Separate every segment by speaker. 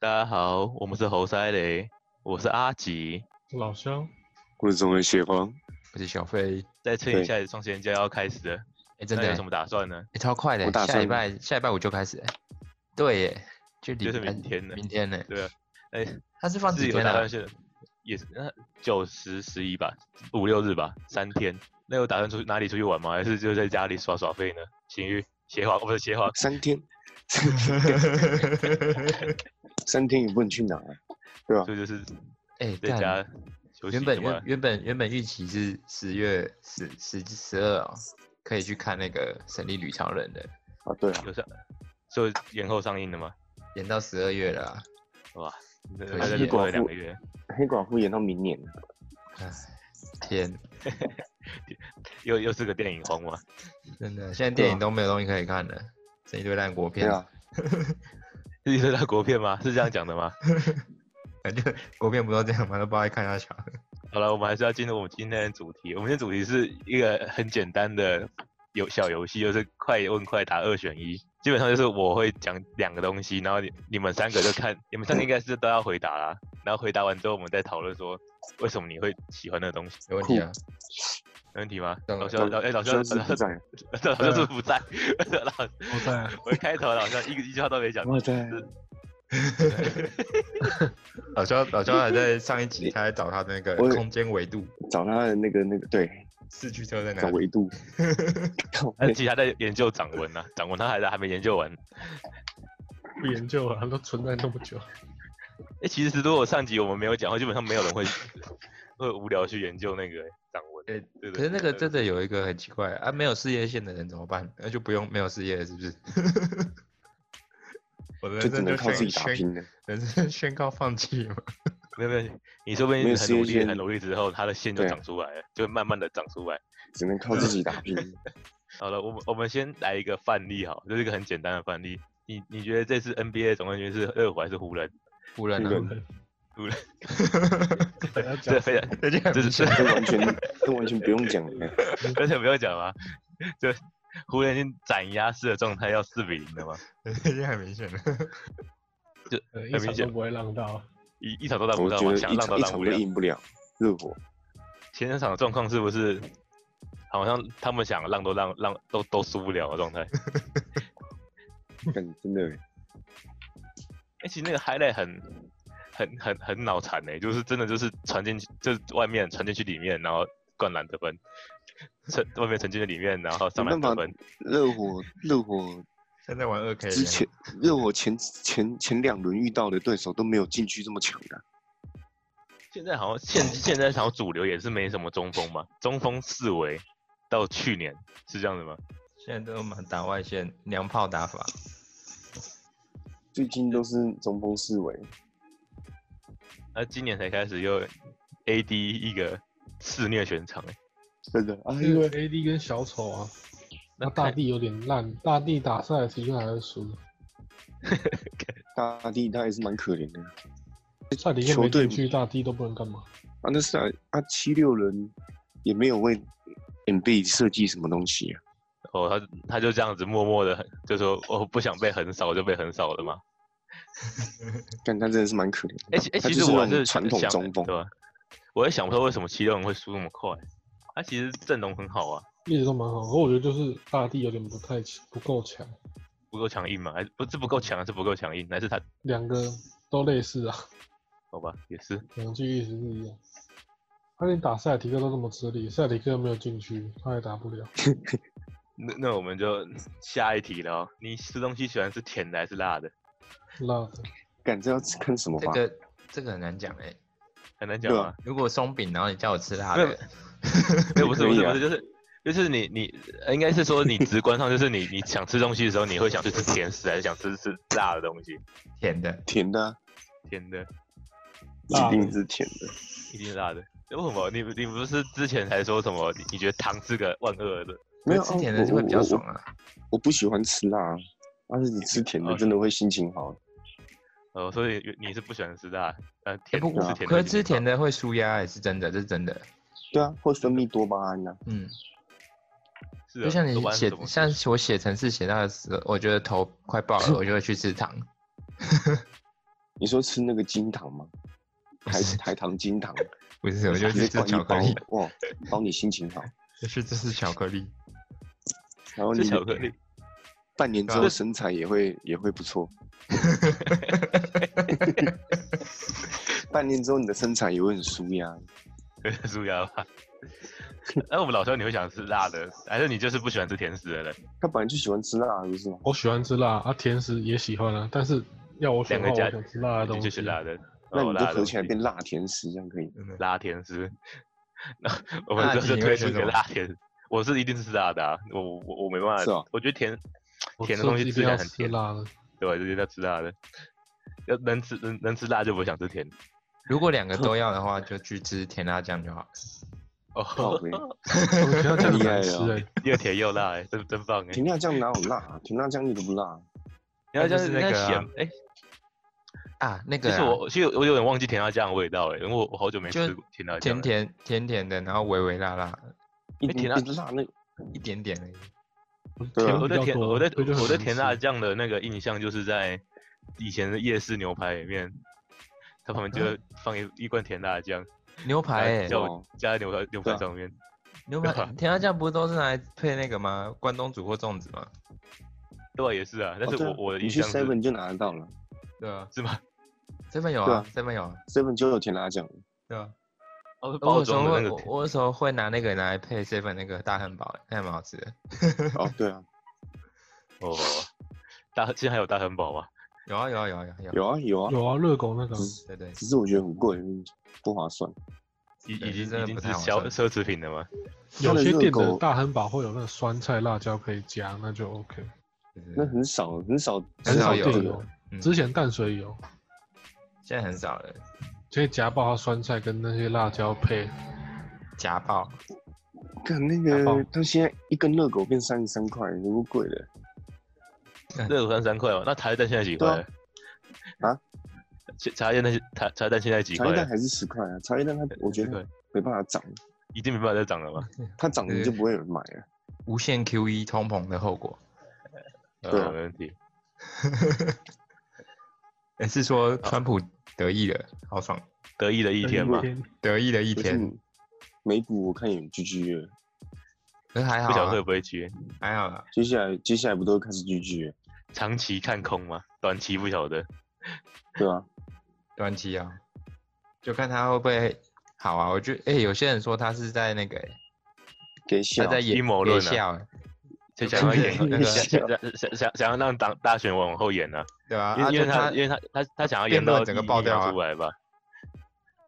Speaker 1: 大家好，我们是猴塞雷，我是阿吉，
Speaker 2: 老乡，
Speaker 3: 我是中文协皇，
Speaker 4: 我是小飞。
Speaker 1: 再蹭一下子双节假要开始了，
Speaker 4: 哎，真
Speaker 1: 那
Speaker 4: 的
Speaker 1: 有
Speaker 4: 欸，
Speaker 1: 什么打算呢？
Speaker 4: 哎超快的
Speaker 3: 我打
Speaker 4: 欸，下
Speaker 3: 算
Speaker 4: 礼拜下礼拜五就开始欸。对耶，就礼
Speaker 1: 就是
Speaker 4: 拜
Speaker 1: 明天了
Speaker 4: 明天呢？
Speaker 1: 对啊，哎，
Speaker 4: 他是放
Speaker 1: 自
Speaker 4: 几
Speaker 1: 己有
Speaker 4: 天
Speaker 1: 打算
Speaker 4: 啊？
Speaker 1: 去，也是那九十十一吧，五六日吧，三天。那有打算出去哪里出去玩吗？还是就在家里耍耍废呢？行于邪皇，哦不是邪皇，
Speaker 3: 三天，三天也不能去哪啊儿，对吧、
Speaker 1: 所以就是
Speaker 4: 哎，
Speaker 1: 在
Speaker 4: 干
Speaker 1: 家休息
Speaker 4: 原本
Speaker 1: 干嘛
Speaker 4: 原原本原本预期是十月十十十二哦，可以去看那个《神力女超人》的，
Speaker 3: 啊？对啊，
Speaker 1: 有上，就延后上映的嘛，
Speaker 4: 延到十二月了啊。
Speaker 1: 哇，那
Speaker 4: 可
Speaker 1: 还在
Speaker 4: 惜
Speaker 1: 过了
Speaker 3: 耶
Speaker 1: 两个月，
Speaker 3: 黑寡妇演到明年，啊
Speaker 4: 唉天，
Speaker 1: 又又是个电影荒嘛。
Speaker 4: 真的，现在
Speaker 3: 对啊
Speaker 4: 电影都没有东西可以看了，这一堆烂国
Speaker 3: 对
Speaker 4: 片，
Speaker 3: 啊，
Speaker 1: 是一堆大国片吗？是这样讲的吗？
Speaker 4: 感觉国片不都这样吗？都不知道在看啥小。
Speaker 1: 好了，我们还是要进入我们今天的主题。我们今天主题是一个很简单的游小游戏，就是快问快答二选一。基本上就是我会讲两个东西，然后你你们三个就看，你们三个应该是都要回答啦。然后回答完之后，我们再讨论说为什么你会喜欢那个东西，
Speaker 4: 没问题啊，
Speaker 1: 没问题吗？
Speaker 4: 当然
Speaker 1: 老师，老哎，老师，
Speaker 3: 消
Speaker 1: 老
Speaker 3: 失不
Speaker 1: 师，
Speaker 3: 在，
Speaker 1: 老师是不在，老师，
Speaker 2: 我在啊，
Speaker 1: 我一开头老师一个一句话都没讲。
Speaker 3: 我在，
Speaker 4: 老肖老肖还在上一集，他在找他的那个
Speaker 3: 我
Speaker 4: 空间维度，
Speaker 3: 找他的那个那个，对，
Speaker 4: 四驱车在
Speaker 1: 啊
Speaker 4: 哪
Speaker 3: 找
Speaker 4: 里？
Speaker 3: 维 度，靠
Speaker 1: 但其实他在研究掌纹呢、啊，掌纹他还在还没研究完。
Speaker 2: 不研究啊，都存在那么久，
Speaker 1: 哎、其实如果上集我们没有讲话，基本上没有人会会无聊去研究那个掌纹。
Speaker 4: 诶
Speaker 1: 对不对
Speaker 4: 可是那个真的有一个很奇怪啊，没有事业线的人怎么办？那就不用没有事业了，是不是？ 我的
Speaker 3: 就
Speaker 4: 人
Speaker 3: 只
Speaker 4: 生
Speaker 3: 能
Speaker 4: 就
Speaker 3: 靠自己
Speaker 4: 宣
Speaker 3: 打
Speaker 4: 宣
Speaker 3: 拼了。
Speaker 4: 人生宣告放弃了嘛。
Speaker 1: 没有没有，你说不定
Speaker 3: 没有
Speaker 1: 很努
Speaker 3: 时
Speaker 1: 力
Speaker 3: 间
Speaker 1: 很努力之后，它的线就
Speaker 3: 对啊
Speaker 1: 长出来了，就会慢慢的长出来。
Speaker 3: 只能靠自己打 拼。
Speaker 1: 好了，我们我们先来一个范例好，就是一个很简单的范例。你你觉得这次 NBA 总冠军是热火还是湖人？
Speaker 4: 湖人
Speaker 3: 湖
Speaker 4: 啊，
Speaker 3: 人
Speaker 1: 湖人，
Speaker 2: 等下
Speaker 1: 这
Speaker 2: 讲
Speaker 1: 非常，
Speaker 4: 这就很
Speaker 1: 这
Speaker 4: 明
Speaker 1: 是
Speaker 4: 显
Speaker 3: 这完全这完全不用讲了，
Speaker 1: 而且不要讲了，就湖人已经斩压式的状态要四比零了嘛，
Speaker 4: 这就很明显了。
Speaker 2: 呃一
Speaker 1: 很明
Speaker 2: 场
Speaker 1: 显
Speaker 2: 都不会浪到，
Speaker 1: 一一场都打不
Speaker 3: 我
Speaker 1: 到
Speaker 3: 觉
Speaker 1: 嘛，
Speaker 3: 得
Speaker 1: 想
Speaker 3: 一
Speaker 1: 让都
Speaker 3: 场一
Speaker 1: 让
Speaker 3: 场
Speaker 1: 不
Speaker 3: 都
Speaker 1: 了。
Speaker 3: 赢不了 热火。
Speaker 1: 前两场的状况是不是好像他们想让都让让都都输不了的 状态？
Speaker 3: 但真的
Speaker 1: 而哎且那个 highlight 很很很很脑残哎，就是真的就是传进去，就是外面传进去里面，然后灌篮得分，传外面传进去里面，然后上篮得分，
Speaker 3: 热火热火
Speaker 4: 现在玩二 K，
Speaker 3: 之前热火前前前两轮遇到的对手都没有禁区这么强的，
Speaker 1: 现在好像现现在好像主流也是没什么中锋嘛，中锋四维到去年是这样子吗？
Speaker 4: 现在都蛮打外线，娘炮打法。
Speaker 3: 最近都是中锋四维。
Speaker 1: 那、今年才开始又 AD 一个肆虐全场哎，
Speaker 3: 真的啊，
Speaker 2: 因
Speaker 3: 因
Speaker 2: 为
Speaker 3: 为
Speaker 2: AD 跟小丑啊，那
Speaker 1: 那
Speaker 2: 大
Speaker 1: 看
Speaker 2: 地有点烂，大地打塞尔奇就还会输，
Speaker 3: 大帝他也是蛮可怜的
Speaker 2: 赛里面
Speaker 3: 球
Speaker 2: 没
Speaker 3: 队
Speaker 2: 进去，大地都不能干嘛，
Speaker 3: 啊。那是啊，啊七六人也没有为 M B 设计什么东西啊。
Speaker 1: 哦，他他就这样子默默的，就说我、不想被横扫，就被横扫了嘛。
Speaker 3: 但他真的是蛮可怜的。
Speaker 1: 哎、其哎、
Speaker 3: 他
Speaker 1: 其
Speaker 3: 就
Speaker 1: 实
Speaker 3: 是
Speaker 1: 我
Speaker 3: 那种
Speaker 1: 是
Speaker 3: 传统
Speaker 1: 想
Speaker 3: 中锋
Speaker 1: 对吧？我也想不透为什么七六人会输那么快。他、其实阵容很好啊，
Speaker 2: 一直都蛮好。可我觉得就是大地有点不太强，不够强，
Speaker 1: 不够强硬嘛，还是不是不够强，还啊是不够强硬，还是他
Speaker 2: 两个都类似啊，
Speaker 1: 好吧，也是
Speaker 2: 两句意思是一样。他连打塞尔提克都这么吃力，塞尔提克又没有进去，他也打不了。
Speaker 1: 那那我们就下一题了哦。你吃东西喜欢吃甜的还是辣的？
Speaker 2: 辣的，
Speaker 3: 感这要看什么
Speaker 4: 这
Speaker 3: 吧？
Speaker 4: 个这个很难讲哎、
Speaker 1: 很难讲
Speaker 3: 对啊
Speaker 1: 啊。
Speaker 4: 如果松饼，然后你叫我吃辣
Speaker 1: 没
Speaker 4: 的，
Speaker 1: 没有不是
Speaker 3: 可
Speaker 1: 不
Speaker 3: 以
Speaker 1: 是不
Speaker 3: 啊
Speaker 1: 是，就是就是你你呃应该是说你直观上就是你你想吃东西的时候，你会想去吃甜食还是想吃吃辣的东西？
Speaker 4: 甜的，
Speaker 3: 甜的、啊，
Speaker 1: 甜的。
Speaker 2: 辣
Speaker 3: 一
Speaker 2: 的
Speaker 3: 定是甜的。
Speaker 1: 一定辣的。为什么？你你不是之前才说什么？你你觉得糖是个万恶的？
Speaker 3: 没有
Speaker 4: 吃
Speaker 3: 啊
Speaker 4: 甜的
Speaker 3: 我
Speaker 4: 会比较
Speaker 3: 我
Speaker 4: 爽啊。
Speaker 3: 我不喜欢吃辣啊，但是你吃甜的
Speaker 1: 哦
Speaker 3: 真的会心情好。
Speaker 1: 呃，所以你是不喜欢吃辣，呃，甜
Speaker 4: 哎不
Speaker 1: 不
Speaker 4: 过
Speaker 1: 吃甜的。
Speaker 4: 啊可是吃甜，的会舒压、欸，是真的，这是真的。
Speaker 3: 对啊，会分泌多巴胺呐、啊。
Speaker 4: 嗯，
Speaker 1: 是
Speaker 4: 就
Speaker 1: 啊
Speaker 4: 像你
Speaker 1: 多巴胺是
Speaker 4: 写
Speaker 1: 什，么
Speaker 4: 像我写程式写到的时候，我觉得头快爆了，我就会去吃糖。
Speaker 3: 你说吃那个金糖吗？台
Speaker 4: 是
Speaker 3: 台糖金糖，
Speaker 4: 不是，我就
Speaker 3: 直
Speaker 4: 是
Speaker 3: 接
Speaker 4: 吃
Speaker 3: 灌一
Speaker 4: 巧克
Speaker 3: 包
Speaker 4: 力，
Speaker 3: 哇，包你心情好。
Speaker 4: 就是这是巧克力，
Speaker 3: 然后
Speaker 4: 哦
Speaker 1: 吃
Speaker 3: 你
Speaker 1: 巧克力，
Speaker 3: 半年之
Speaker 4: 对
Speaker 3: 后
Speaker 4: 啊
Speaker 3: 身材也会也会不错，半年之后你的身材也会很舒压。
Speaker 1: 对，猪腰吧。那我们老说你会想吃辣的，还是你就是不喜欢吃甜食的人？
Speaker 3: 他本来就喜欢吃辣，不是吗？
Speaker 2: 我喜欢吃辣啊，甜食也喜欢啊，但是要我选的话，
Speaker 1: 两个加
Speaker 2: 我想吃辣的
Speaker 1: 你
Speaker 2: 东
Speaker 1: 就
Speaker 2: 西
Speaker 1: 是。辣的，哦
Speaker 3: 那你
Speaker 1: 辣的
Speaker 3: 就合起来
Speaker 1: 东西
Speaker 3: 变辣甜食，这 样可以吗。
Speaker 4: 真的。
Speaker 1: 辣甜食。那我们
Speaker 4: 那
Speaker 1: 这就
Speaker 4: 你
Speaker 1: 推
Speaker 4: 会
Speaker 1: 出
Speaker 4: 选
Speaker 1: 一
Speaker 4: 什
Speaker 1: 个
Speaker 4: 么
Speaker 1: 辣甜，我是一定是辣的啊，我我我没办
Speaker 3: 是
Speaker 1: 法
Speaker 3: 哦，
Speaker 1: 我觉得甜
Speaker 2: 我
Speaker 1: 甜的
Speaker 2: 吃
Speaker 1: 东西
Speaker 2: 一
Speaker 1: 吃起
Speaker 2: 定要
Speaker 1: 来很
Speaker 2: 吃
Speaker 1: 甜，
Speaker 2: 辣的，
Speaker 1: 对吧？就是要吃辣的，要能吃能能吃辣就不会想吃甜。
Speaker 4: 如果两个都要的话，就去吃甜辣酱就好了。
Speaker 3: 靠
Speaker 1: 哦，
Speaker 3: 北
Speaker 2: 我觉得这样
Speaker 3: 厉害哦
Speaker 2: 难吃
Speaker 3: 了
Speaker 2: 哎。
Speaker 1: 又甜又辣，哎，真真棒哎！
Speaker 3: 甜辣酱哪有辣、啊？甜辣酱一点都不辣、
Speaker 1: 哎
Speaker 3: 啊。
Speaker 1: 然后
Speaker 4: 那就
Speaker 1: 就是是
Speaker 4: 那
Speaker 1: 那
Speaker 4: 个啊
Speaker 1: 咸，哎，
Speaker 4: 啊，那
Speaker 1: 其
Speaker 4: 个
Speaker 1: 实
Speaker 4: 啊
Speaker 1: 我其实我有点忘记甜辣酱的味道哎，因为我我好久没
Speaker 4: 就
Speaker 1: 吃过甜辣酱
Speaker 4: 甜
Speaker 1: 了。
Speaker 4: 甜甜甜的，然后微微辣辣，
Speaker 3: 一
Speaker 1: 哎
Speaker 3: 点
Speaker 1: 甜辣
Speaker 3: 一点辣那个
Speaker 4: 一点点而已。
Speaker 3: 对啊
Speaker 2: 甜
Speaker 1: 我
Speaker 2: 比
Speaker 1: 对
Speaker 2: 较
Speaker 1: 甜
Speaker 2: 多
Speaker 1: 我对
Speaker 2: 所以就很
Speaker 1: 我对
Speaker 2: 难
Speaker 1: 甜辣
Speaker 2: 吃
Speaker 1: 酱的那个印象就是在以前的夜市牛排里面，它旁边就
Speaker 3: 嗯
Speaker 1: 会放一一罐甜辣酱，
Speaker 4: 牛排
Speaker 1: 然后
Speaker 4: 欸，
Speaker 1: 叫
Speaker 3: 哦
Speaker 1: 我加在牛排牛排
Speaker 3: 对啊
Speaker 1: 上面。
Speaker 4: 牛
Speaker 1: 对
Speaker 4: 排
Speaker 1: 吧
Speaker 4: 甜辣酱不是都是拿来配那个吗？关东煮或粽子吗？
Speaker 1: 对啊，也是啊，但是
Speaker 3: 哦对
Speaker 1: 我、
Speaker 3: 啊
Speaker 1: 我的印
Speaker 3: 你去
Speaker 1: 象是
Speaker 3: Seven 就拿得到了
Speaker 4: 对啊，
Speaker 1: 是吗？
Speaker 4: 这边有
Speaker 3: 对
Speaker 4: 啊
Speaker 3: 啊，
Speaker 4: 这边有啊，
Speaker 3: ，Seven 就有甜 辣酱。
Speaker 4: 对啊。
Speaker 1: 哦，是
Speaker 4: 我
Speaker 1: 包
Speaker 4: 有时
Speaker 1: 装
Speaker 4: 候
Speaker 1: 的
Speaker 4: 会
Speaker 1: 那
Speaker 4: 我
Speaker 1: 个，
Speaker 4: 我有时候会拿那个拿来配 seven 那个大汉堡欸，那还蛮好吃的。
Speaker 3: 哦，对啊，
Speaker 1: 哦，大现在还有大汉堡吗？
Speaker 4: 有啊有啊有啊有啊有啊，
Speaker 3: 有啊有啊，
Speaker 2: 有啊，热狗那个啊
Speaker 4: 对对，
Speaker 3: 只是我觉得很贵，不划算。
Speaker 1: 已
Speaker 4: 对
Speaker 1: 已
Speaker 4: 是
Speaker 1: 经
Speaker 4: 真
Speaker 1: 已
Speaker 4: 的
Speaker 1: 经
Speaker 4: 不
Speaker 1: 是
Speaker 4: 太好
Speaker 1: 消
Speaker 4: 吃
Speaker 1: 奢侈品了吗？
Speaker 3: 它
Speaker 2: 有
Speaker 3: 的
Speaker 2: 些
Speaker 3: 热
Speaker 2: 店的
Speaker 3: 狗
Speaker 2: 大汉堡会有那个酸菜辣椒可以加，那就 OK。
Speaker 4: 对
Speaker 3: 那
Speaker 4: 对对
Speaker 3: 很少很少
Speaker 4: 很
Speaker 2: 很
Speaker 4: 少
Speaker 2: 少
Speaker 4: 有
Speaker 2: 店
Speaker 3: 这
Speaker 2: 有
Speaker 3: 个，
Speaker 4: 嗯
Speaker 2: 之前淡水有，
Speaker 4: 现在很少了，
Speaker 2: 可以夹爆它酸菜跟那些辣椒配。
Speaker 4: 夹爆。
Speaker 3: 看那
Speaker 2: 还好
Speaker 3: 个，他现在一根热狗变三十三块，有够贵的。
Speaker 1: 热狗三三块哦，那茶叶蛋现在几块
Speaker 3: 对啊
Speaker 1: 了？
Speaker 3: 啊
Speaker 1: 现？茶叶蛋现茶茶叶蛋现在几
Speaker 3: 茶
Speaker 1: 块
Speaker 3: 叶蛋
Speaker 1: 了？
Speaker 3: 还是十块啊，茶叶蛋它我觉
Speaker 1: 10
Speaker 3: 得
Speaker 1: 块
Speaker 3: 没办法涨，
Speaker 1: 已经没办法再涨了吧？
Speaker 3: 它涨
Speaker 4: 对
Speaker 3: 你就不会有人买了。
Speaker 4: 无限 QE 通膨的后果。
Speaker 3: 对
Speaker 1: 呃，
Speaker 3: 啊
Speaker 1: 没问题。
Speaker 4: 也是说川普得意了，好爽，
Speaker 1: 得意的一天嘛，
Speaker 4: 得意了一
Speaker 3: 可
Speaker 4: 天
Speaker 3: 是，美股我看也 GG 了，
Speaker 4: 可是还好
Speaker 1: 不晓得
Speaker 4: 啊
Speaker 1: 会，不会接，
Speaker 4: 还好啊啦。
Speaker 3: 接下来接下来不都开始 GG 了，
Speaker 1: 长期看空嘛，短期不晓得。
Speaker 3: 对吧、啊？
Speaker 4: 短期啊，就看他会不会好啊。我觉得，哎、有些人说他是在那个、欸，
Speaker 3: 给
Speaker 4: 他
Speaker 3: 小
Speaker 4: 在演
Speaker 1: 阴谋论啊
Speaker 4: 演笑、欸，
Speaker 1: 就
Speaker 4: 就
Speaker 1: 想要
Speaker 4: 看
Speaker 1: 演
Speaker 4: 那
Speaker 1: 想
Speaker 4: 个
Speaker 1: 想 想想想要让党大选往后演呢，
Speaker 4: 对吧、
Speaker 1: 因
Speaker 4: 啊？
Speaker 1: 为因为他
Speaker 4: 他
Speaker 1: 因为他他他想要演
Speaker 4: 辩论
Speaker 1: 到
Speaker 4: 整个
Speaker 1: 疫
Speaker 4: 爆掉
Speaker 1: 苗
Speaker 4: 啊
Speaker 1: 出来吧，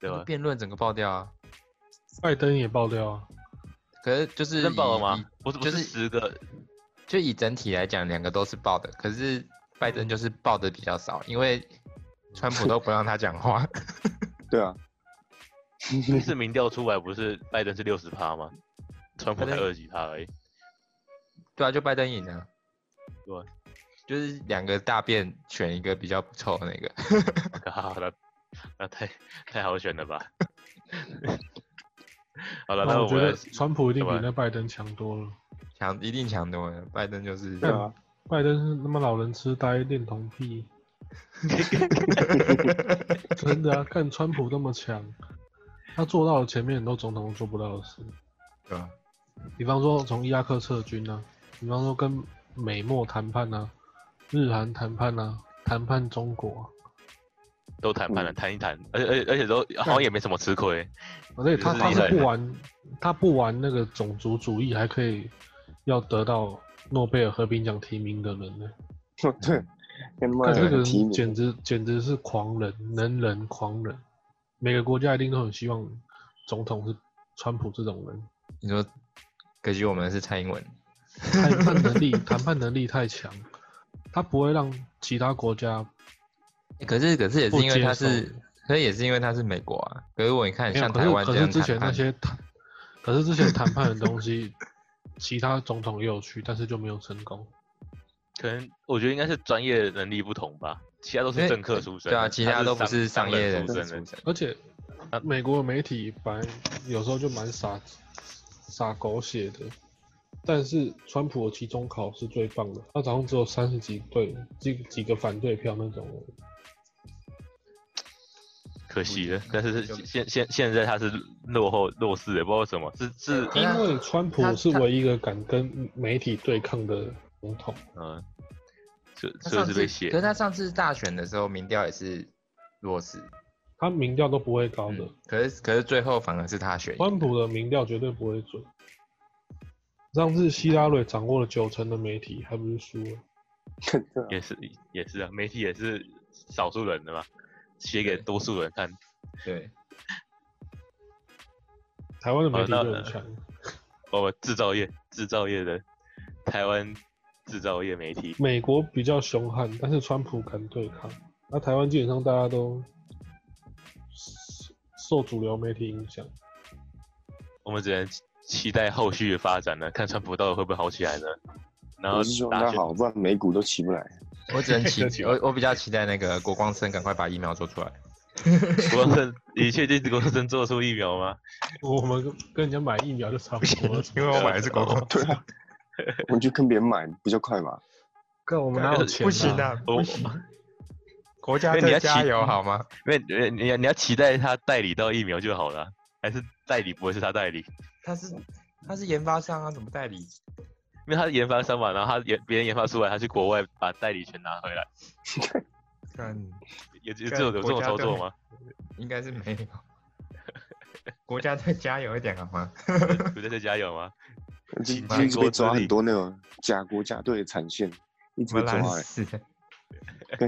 Speaker 1: 对
Speaker 4: 他
Speaker 1: 吧？
Speaker 4: 辩论整个爆掉啊。
Speaker 2: 拜登也爆料啊，
Speaker 4: 可是就是
Speaker 1: 真爆了
Speaker 4: 以
Speaker 1: 吗？？不是不
Speaker 4: 就是是
Speaker 1: 十 个
Speaker 4: 以就以整体来讲，两个都是爆的，可是拜登就是爆的比较少，因为川普都不让他讲话。
Speaker 3: 对啊，
Speaker 1: 是民调出来，不是拜登是六十趴吗？川普
Speaker 4: 拜
Speaker 1: 才
Speaker 4: 登
Speaker 1: 二十几趴而已，
Speaker 4: 对啊，就拜登赢了。
Speaker 1: 对啊，
Speaker 4: 就是两个大便选一个比较不臭的那个。
Speaker 1: 靠，那那太太好选了吧？好了，
Speaker 2: 那
Speaker 1: 啊那
Speaker 2: 我
Speaker 1: 我
Speaker 2: 觉
Speaker 1: 们
Speaker 2: 得
Speaker 1: 来
Speaker 2: 川普一定比
Speaker 1: 对吧
Speaker 2: 那拜登强多了。
Speaker 4: 强一定强多了，拜登就是
Speaker 3: 对啊，
Speaker 2: 拜登是他妈老人痴呆恋童癖，真的啊！看川普那么强，他做到了前面很多总统都做不到的事，
Speaker 4: 对啊吧？
Speaker 2: 比方说从伊拉克撤军啊，比方说跟美墨谈判啊，日韩谈判啊，谈判中国、啊，
Speaker 1: 都谈判了，
Speaker 3: 嗯
Speaker 1: 谈一谈，而且而且而且都
Speaker 4: 嗯
Speaker 1: 好像也没什么吃亏，
Speaker 2: 而且他
Speaker 1: 这是
Speaker 2: 他
Speaker 1: 厉
Speaker 2: 是
Speaker 1: 害
Speaker 2: 不
Speaker 1: 的
Speaker 2: 玩他不玩那个种族主义，还可以要得到诺贝尔和平奖提名的人呢、
Speaker 3: 对，跟他妈
Speaker 2: 但这个
Speaker 3: 的提
Speaker 2: 人简
Speaker 3: 名，
Speaker 2: 直简直是狂人，能人狂人。每个国家一定都很希望总统是川普这种人，
Speaker 4: 你说，可惜我们是蔡英文，
Speaker 2: 谈判能力谈判能力太强，他不会让其他国家
Speaker 4: 欸可是可是也是因为他
Speaker 2: 不
Speaker 4: 是
Speaker 2: 接受，
Speaker 4: 可是也是因为他是美国啊。可是我你看，
Speaker 2: 没有
Speaker 4: 像
Speaker 2: 可
Speaker 4: 台湾
Speaker 2: 是可
Speaker 4: 这
Speaker 2: 是
Speaker 4: 样
Speaker 2: 之前
Speaker 4: 谈
Speaker 2: 那
Speaker 4: 判，
Speaker 2: 些谈，可是之前谈判的东西， 其他总统也有去，但是就没有成功。
Speaker 1: 可能我觉得应该是专业能力不同吧，其他都
Speaker 4: 因
Speaker 1: 是
Speaker 4: 为
Speaker 1: 政客出身的，
Speaker 4: 对啊，其他都不是
Speaker 1: 商
Speaker 4: 商业人
Speaker 1: 出
Speaker 4: 士
Speaker 1: 身
Speaker 4: 出
Speaker 1: 的，
Speaker 4: 身，
Speaker 2: 而且
Speaker 4: 呃
Speaker 1: 啊
Speaker 2: 美国的媒体本来有时候就蛮傻傻狗血的，但是川普的期中考是最棒的，他好像只有三十几对几几个反对票那种。
Speaker 1: 可惜了
Speaker 4: 不一
Speaker 1: 但
Speaker 4: 定。
Speaker 1: 是
Speaker 4: 就是
Speaker 1: 现现现在他是落后弱势的，不知道为什么，是是
Speaker 4: 对啊
Speaker 2: 因为川普
Speaker 4: 他
Speaker 2: 是
Speaker 4: 他
Speaker 2: 唯一一个敢跟媒体对抗的总统。
Speaker 1: 嗯，就
Speaker 4: 他
Speaker 1: 就
Speaker 4: 上
Speaker 1: 是
Speaker 4: 次
Speaker 1: 被
Speaker 4: 可
Speaker 1: 写
Speaker 4: 是他上次大选的时候民调也是弱势，
Speaker 2: 他民调都不会高的
Speaker 4: 嗯，，可是可是最后反而是他选赢
Speaker 2: 川普的民调绝对不会准。上次希拉蕊掌握了九成的媒体，还不是输了？
Speaker 1: 也是也是啊，媒体也是少数人的嘛，写给
Speaker 4: 对
Speaker 1: 多数人看。
Speaker 4: 对，
Speaker 2: 台湾的媒体
Speaker 1: 哦那
Speaker 2: 就很强，
Speaker 1: 哦，制造业制造业的台湾制造业媒体，
Speaker 2: 美国比较凶悍，但是川普敢对抗。那台湾基本上大家都受主流媒体影响，
Speaker 1: 我们只能期期待后续的发展了，看川普到底会不会好起来呢？ 然后
Speaker 3: 我是希望
Speaker 1: 打
Speaker 3: 他
Speaker 1: 选
Speaker 3: 好，不然美股都起不来。
Speaker 4: 我 只能
Speaker 1: 对不起
Speaker 4: 期我我比较期待那个国光生赶快把疫苗做出来，。
Speaker 1: 国 政，你确定国政做出疫苗吗？
Speaker 2: 我们跟跟人家买疫苗就差不多了
Speaker 4: 因为我买的是国 光，对，
Speaker 3: 我们就跟别人买比较快嘛。
Speaker 2: 看我们哪有钱、
Speaker 4: 不行啊，
Speaker 1: 我
Speaker 4: 不行，国
Speaker 1: 因
Speaker 4: 家
Speaker 1: 为你
Speaker 4: 在
Speaker 1: 要
Speaker 4: 加
Speaker 1: 期
Speaker 4: 油好吗？
Speaker 1: 因为呃你要你要期待他代理到疫苗就好了啊，还是代理不会是他代理？
Speaker 4: 他是他是研发商啊，怎么代理？
Speaker 1: 因为他是研发商嘛，然后他研别人研发出来，他去国外把代理权拿回来，
Speaker 4: 看，
Speaker 1: 有有这
Speaker 4: 干
Speaker 1: 种有这种
Speaker 4: 国家
Speaker 1: 操
Speaker 4: 队
Speaker 1: 作吗？
Speaker 4: 应该是 没有。国家再加油一点好 吗？
Speaker 1: 有在这加油吗？
Speaker 3: 就
Speaker 1: 请
Speaker 3: 就一直
Speaker 1: 国
Speaker 3: 被抓
Speaker 1: 之力
Speaker 3: 很多那种假国家队的产线，一直
Speaker 4: 我
Speaker 3: 被
Speaker 4: 们
Speaker 3: 抓、
Speaker 4: 懒
Speaker 3: 欸。
Speaker 4: 死了。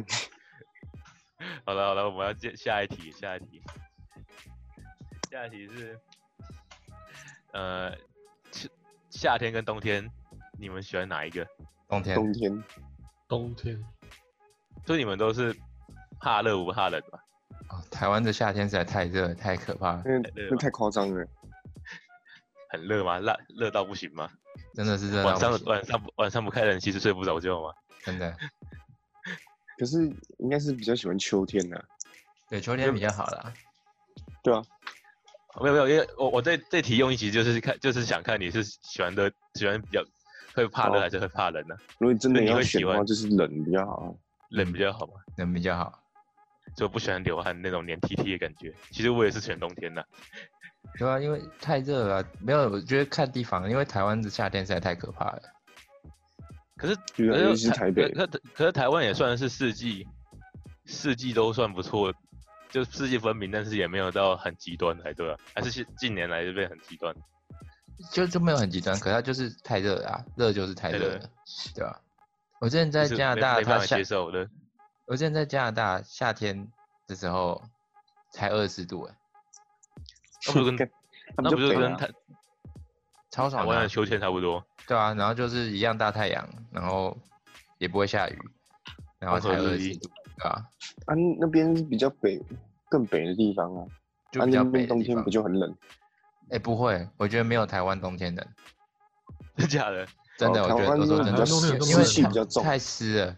Speaker 1: 好了好了，我们要接下一题，下一题，下一题是，呃，夏夏天跟冬天，你们喜欢哪一个？
Speaker 4: 冬天
Speaker 3: 冬天
Speaker 2: 冬天
Speaker 1: 就你们都是怕热不怕冷吧？
Speaker 4: 哦，台湾的夏天实在太热了，太可怕了，
Speaker 3: 那
Speaker 1: 对吧
Speaker 3: 那太夸张了，
Speaker 1: 很热吗？热热到不行吗？
Speaker 4: 真的是热到
Speaker 1: 晚上
Speaker 4: 不行
Speaker 1: 晚上不晚上不开冷气是睡不着觉吗？
Speaker 4: 真的。
Speaker 3: 可是应该是比较喜欢秋天啊呐、
Speaker 4: 对，秋天比较好啦。
Speaker 3: 对啊，
Speaker 1: 没有没有，因为我我对这题用意其实就是看，就是想看你是喜欢热，喜欢比较会怕热
Speaker 3: 哦
Speaker 1: 还是会怕冷呢、
Speaker 3: 如果真的
Speaker 1: 那你
Speaker 3: 要
Speaker 1: 会
Speaker 3: 选
Speaker 1: 喜
Speaker 3: 的话，
Speaker 1: 欢
Speaker 3: 就是冷比较好啊。
Speaker 4: 嗯
Speaker 1: 冷比较好嘛，
Speaker 4: 人比较好，
Speaker 1: 就不喜欢流汗那种黏 T T 的感觉。其实我也是选冬天的，
Speaker 4: 对啊，因为太热了啊，没有，我觉得看地方，因为台湾的夏天实在太可怕了。
Speaker 1: 可是
Speaker 3: 对啊
Speaker 1: 可
Speaker 3: 尤其是台北
Speaker 1: 可可可是台湾也算是四季，四季都算不错，就四季分明，但是也没有到很极端才对啊，还是近近年来就变很极端。
Speaker 4: 就就没有很极端，可它就是太热了啊，热就是太热
Speaker 1: 对
Speaker 4: 了，对吧、我之前在
Speaker 1: 就是
Speaker 4: 加拿
Speaker 1: 没
Speaker 4: 大，
Speaker 1: 没办
Speaker 4: 它
Speaker 1: 法
Speaker 4: 夏
Speaker 1: 接，受 的，
Speaker 4: 我之前在加拿大夏天的时候才二十度、哎，
Speaker 1: 那不就跟
Speaker 3: 干他
Speaker 1: 那
Speaker 3: 们
Speaker 1: 不就
Speaker 3: 北
Speaker 1: 跟
Speaker 3: 啊
Speaker 1: 台
Speaker 4: 超
Speaker 1: 台
Speaker 4: 爽的
Speaker 1: 湾
Speaker 4: 啊、
Speaker 1: 的秋天差不多，
Speaker 4: 对啊，然后就是一样大太阳，然后也不会下雨，然后才
Speaker 1: 风和
Speaker 4: 二
Speaker 1: 日
Speaker 4: 十
Speaker 1: 丽
Speaker 4: 度，对啊，
Speaker 3: 啊，那边是比较北，更北的地方啊。
Speaker 4: 就
Speaker 3: 啊
Speaker 4: 比
Speaker 3: 那
Speaker 4: 较北
Speaker 3: 边
Speaker 4: 的
Speaker 3: 冬
Speaker 4: 地
Speaker 3: 天
Speaker 4: 方
Speaker 3: 不。就很冷？
Speaker 4: 哎、不会，我觉得没有台湾冬天冷，
Speaker 1: 真假的？
Speaker 4: 真的，
Speaker 3: 哦
Speaker 4: 我觉
Speaker 3: 台
Speaker 4: 得
Speaker 3: 湾
Speaker 4: 我说
Speaker 3: 那
Speaker 4: 真
Speaker 3: 边
Speaker 2: 台
Speaker 4: 的
Speaker 2: 湾冬天
Speaker 3: 比较，
Speaker 2: 有这
Speaker 4: 因
Speaker 2: 么
Speaker 4: 为
Speaker 3: 湿气
Speaker 4: 太
Speaker 3: 比较重，
Speaker 4: 太湿了，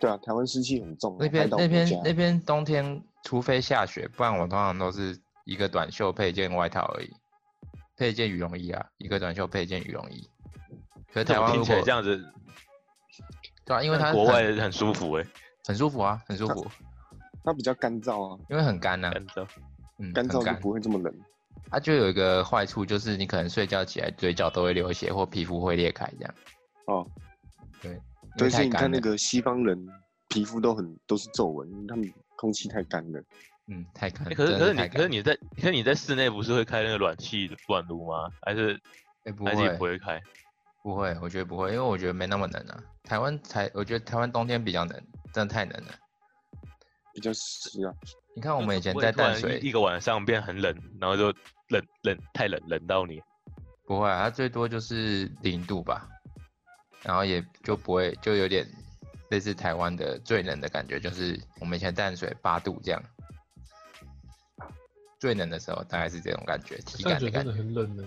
Speaker 3: 对啊，台湾湿气很重啊。
Speaker 4: 那
Speaker 3: 海
Speaker 4: 边
Speaker 3: 岛
Speaker 4: 那
Speaker 3: 国
Speaker 4: 边
Speaker 3: 家
Speaker 4: 那边冬天，除非下雪，不然我通常都是一个短袖配一件外套而已，配一件羽绒衣啊，一个短袖配一件羽绒衣。可是
Speaker 1: 怎
Speaker 4: 台
Speaker 1: 么
Speaker 4: 湾
Speaker 1: 听
Speaker 4: 如
Speaker 1: 起来
Speaker 4: 果
Speaker 1: 这样子，
Speaker 4: 对啊，因为它
Speaker 1: 国
Speaker 4: 很
Speaker 1: 外很舒服哎、
Speaker 4: 很舒服啊，很舒服，
Speaker 3: 它比较干燥啊，
Speaker 4: 因为很干呐、
Speaker 1: 干燥。
Speaker 4: 嗯，
Speaker 3: 干
Speaker 4: 很
Speaker 3: 燥
Speaker 4: 干
Speaker 3: 就不会这么冷。
Speaker 4: 它就有一个坏处，就是你可能睡觉起来嘴角都会流血，或皮肤会裂开这样。
Speaker 3: 哦，
Speaker 4: 对，因
Speaker 3: 对，
Speaker 4: 为
Speaker 3: 所
Speaker 4: 太
Speaker 3: 以你看
Speaker 4: 干
Speaker 3: 那
Speaker 4: 了，
Speaker 3: 个西方人皮肤都很都是皱纹，因为他们空气太干了。
Speaker 4: 嗯，太干
Speaker 1: 欸
Speaker 4: 了。
Speaker 1: 可是
Speaker 4: 真
Speaker 1: 可
Speaker 4: 的
Speaker 1: 是
Speaker 4: 太
Speaker 1: 你可是
Speaker 4: 干了，
Speaker 1: 你在可是你在室内不是会开那个暖气暖炉吗？还是
Speaker 4: 哎，不
Speaker 1: 还是也不
Speaker 4: 会
Speaker 1: 会开？
Speaker 4: 不会，我觉得不会，因为我觉得没那么冷啊。台湾才，我觉得台湾冬天比较冷，真的太冷了。
Speaker 3: 比较湿啊，
Speaker 4: 你看我
Speaker 1: 就
Speaker 4: 们
Speaker 1: 是
Speaker 4: 以
Speaker 1: 不会
Speaker 4: 前在
Speaker 1: 突然
Speaker 4: 淡水
Speaker 1: 一一，个晚上变很冷，然后就冷冷太冷冷到你。
Speaker 4: 不会啊，它最多就是零度吧，然后也就不会，就有点类似台湾的最冷的感觉，就是我们以前淡水八度这样，最冷的时候大概是这种感觉，体
Speaker 1: 啊
Speaker 2: 淡
Speaker 4: 感的
Speaker 2: 水真
Speaker 4: 感觉
Speaker 2: 的。很冷呢、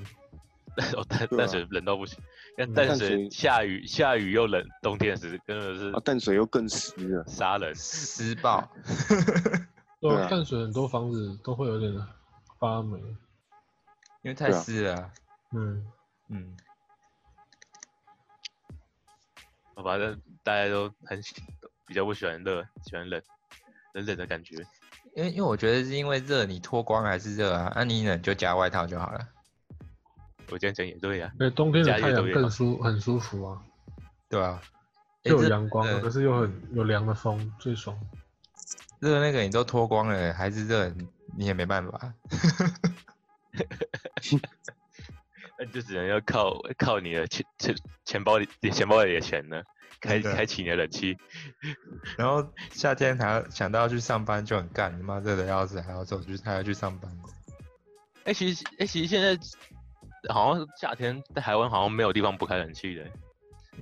Speaker 1: 哦，淡
Speaker 3: 对
Speaker 1: 淡
Speaker 3: 啊
Speaker 1: 水冷到不行，但
Speaker 2: 嗯
Speaker 1: 淡
Speaker 3: 淡
Speaker 1: 水
Speaker 3: 水
Speaker 1: 下雨下雨又冷，冬天时根本是
Speaker 3: 啊，淡水又更湿了。
Speaker 1: 杀人。
Speaker 4: 施暴，
Speaker 2: 对
Speaker 3: 对
Speaker 2: 啊，
Speaker 3: 啊
Speaker 2: 淡水很多房子都会有点发霉。
Speaker 4: 因为太
Speaker 3: 对啊
Speaker 4: 湿了啊、
Speaker 2: 嗯，
Speaker 4: 嗯，
Speaker 1: 哦反正大家都很喜比较不喜欢热，喜欢冷冷冷的感觉。
Speaker 4: 因为因为我觉得是因为热，你脱光还是热啊，那、你冷就加外套就好了，
Speaker 1: 我这样讲也对啊，
Speaker 2: 对，冬天的
Speaker 1: 假日
Speaker 2: 太
Speaker 1: 都
Speaker 2: 阳
Speaker 1: 有
Speaker 2: 更舒很舒服啊，
Speaker 4: 对啊，诶
Speaker 2: 又
Speaker 4: 热
Speaker 2: 有阳光
Speaker 4: 呃
Speaker 2: 了，可是又很有凉的风，最爽。
Speaker 4: 热那个你都脱光了，还是热，你也没办法。
Speaker 1: 那你就只能要靠靠你的钱钱钱包里钱包里的钱呢，开
Speaker 4: 真的
Speaker 1: 开启你的冷气，
Speaker 4: 然后夏天还要想到要去上班就很干，你妈热的要死，还要走去还要去上班。
Speaker 1: 哎、其实哎、其实现在好像夏天在台湾好像没有地方不开冷气的、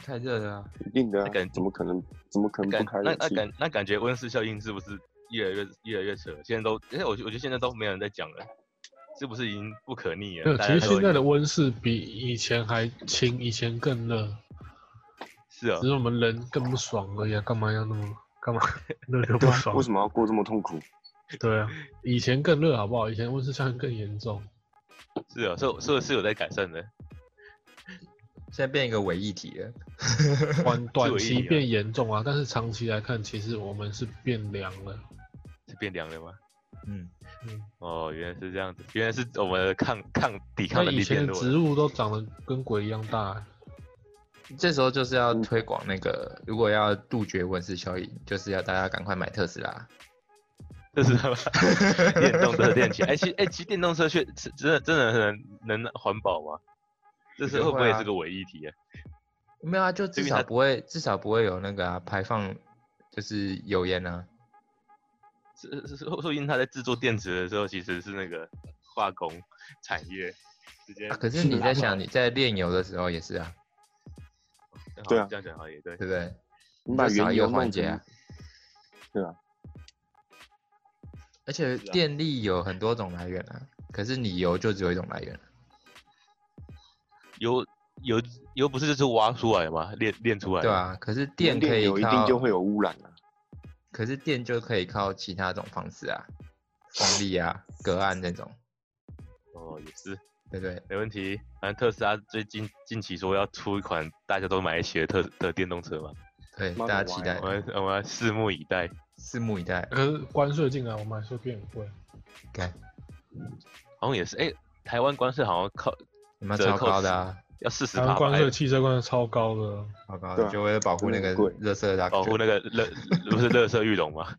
Speaker 4: 太热了、啊，
Speaker 3: 一定的、
Speaker 1: 那感
Speaker 3: 啊，怎么可能？怎么可能
Speaker 1: 感
Speaker 3: 不开
Speaker 1: 那
Speaker 3: 冷
Speaker 1: 那
Speaker 3: 气？
Speaker 1: 感那感觉温室效应是不是越来越越来越扯？现在都而且我觉我觉得现在都没有人在讲了，是不是已经不可逆
Speaker 2: 没
Speaker 1: 了？啊
Speaker 2: 有，
Speaker 1: 大
Speaker 2: 其
Speaker 1: 家
Speaker 2: 实
Speaker 1: 都
Speaker 2: 现在的温室比以前还轻，以前更热，
Speaker 1: 是啊
Speaker 2: 只，是我们人更不爽而已啊！干嘛要那么干嘛热就不爽
Speaker 3: 为？什么要过这么痛苦？
Speaker 2: 对啊，以前更热好不好？以前温室效应更严重。
Speaker 1: 是啊，是有是有是有在改善的。
Speaker 4: 现在变一个伪议题了。
Speaker 2: 短短
Speaker 1: 意
Speaker 2: 期
Speaker 1: 义啊
Speaker 2: 变严重啊，但是长期来看，其实我们是变凉了。
Speaker 1: 是变凉了吗？
Speaker 4: 嗯，
Speaker 2: 嗯，
Speaker 1: 哦，原来是这样子，原来是我们的抗抗抵抗
Speaker 2: 那
Speaker 1: 能
Speaker 2: 以
Speaker 1: 力
Speaker 2: 前
Speaker 1: 变
Speaker 2: 的
Speaker 1: 弱
Speaker 2: 植
Speaker 1: 了。
Speaker 2: 物都长得跟鬼一样大、欸，
Speaker 4: 这时候就是要推广那个，如果要杜绝温室效应，就是要大家赶快买特斯 拉。
Speaker 1: 这是什么？ 电动车电起来，哎、其实哎、其实电动车却是真的真的能能环保吗？这是
Speaker 4: 我
Speaker 1: 会不
Speaker 4: 觉得会
Speaker 1: 会
Speaker 4: 啊
Speaker 1: 是个伪议题啊？
Speaker 4: 没有啊，就
Speaker 1: 所
Speaker 4: 至
Speaker 1: 以
Speaker 4: 少
Speaker 1: 它
Speaker 4: 不会，至少不会有那个啊排放，就是油烟啊。
Speaker 1: 是是是，说不定他在制作电池的时候其实是那个化工产业直接
Speaker 4: 啊。可是
Speaker 2: 是
Speaker 4: 你
Speaker 2: 啊
Speaker 4: 在 想你在炼油的时候也是啊，
Speaker 3: 对啊
Speaker 1: 这样讲好像也对。
Speaker 4: 对不对？
Speaker 3: 你把
Speaker 4: 就少
Speaker 3: 原
Speaker 4: 一个
Speaker 3: 油弄
Speaker 4: 环节
Speaker 3: 成
Speaker 4: 啊。
Speaker 3: 对啊，
Speaker 4: 而且
Speaker 1: 是啊
Speaker 4: 电力有很多种来源啊，可是你油就只有一种来源啊。
Speaker 1: 油油油不是就是挖出来吗？炼炼出来。
Speaker 4: 对。啊，可是电可
Speaker 3: 炼
Speaker 4: 以
Speaker 3: 油一定
Speaker 4: 靠，
Speaker 3: 就会有污染啊。
Speaker 4: 可是电就可以靠其他种方式啊，风力啊、隔岸这种，
Speaker 1: 哦，也是
Speaker 4: 对不对？
Speaker 1: 没问题。反正特斯拉最近近期说要出一款大家都买得起的特的电动车嘛，
Speaker 4: 对，
Speaker 3: Model
Speaker 4: 大家期
Speaker 3: Y
Speaker 4: 待
Speaker 1: 我，们我们要拭目以待。
Speaker 4: 拭目以待。
Speaker 2: 可是关税进来，我们还是会变很贵。
Speaker 4: 看，
Speaker 1: 好像也是，哎、台湾关税好像靠
Speaker 4: 有没有
Speaker 1: 折
Speaker 4: 超
Speaker 1: 扣
Speaker 4: 高
Speaker 1: 十
Speaker 4: 的啊？
Speaker 1: 要四十
Speaker 2: 台湾
Speaker 1: 趴吧，
Speaker 2: 关
Speaker 1: 还
Speaker 2: 税、
Speaker 1: 有
Speaker 2: 汽车关税超高的，
Speaker 4: 超高
Speaker 3: 对
Speaker 4: 的，
Speaker 3: 啊
Speaker 4: 就为了保护那
Speaker 3: 真的
Speaker 4: 个
Speaker 3: 很贵
Speaker 4: 热色的
Speaker 1: 保护那个乐不是乐色玉龙吗？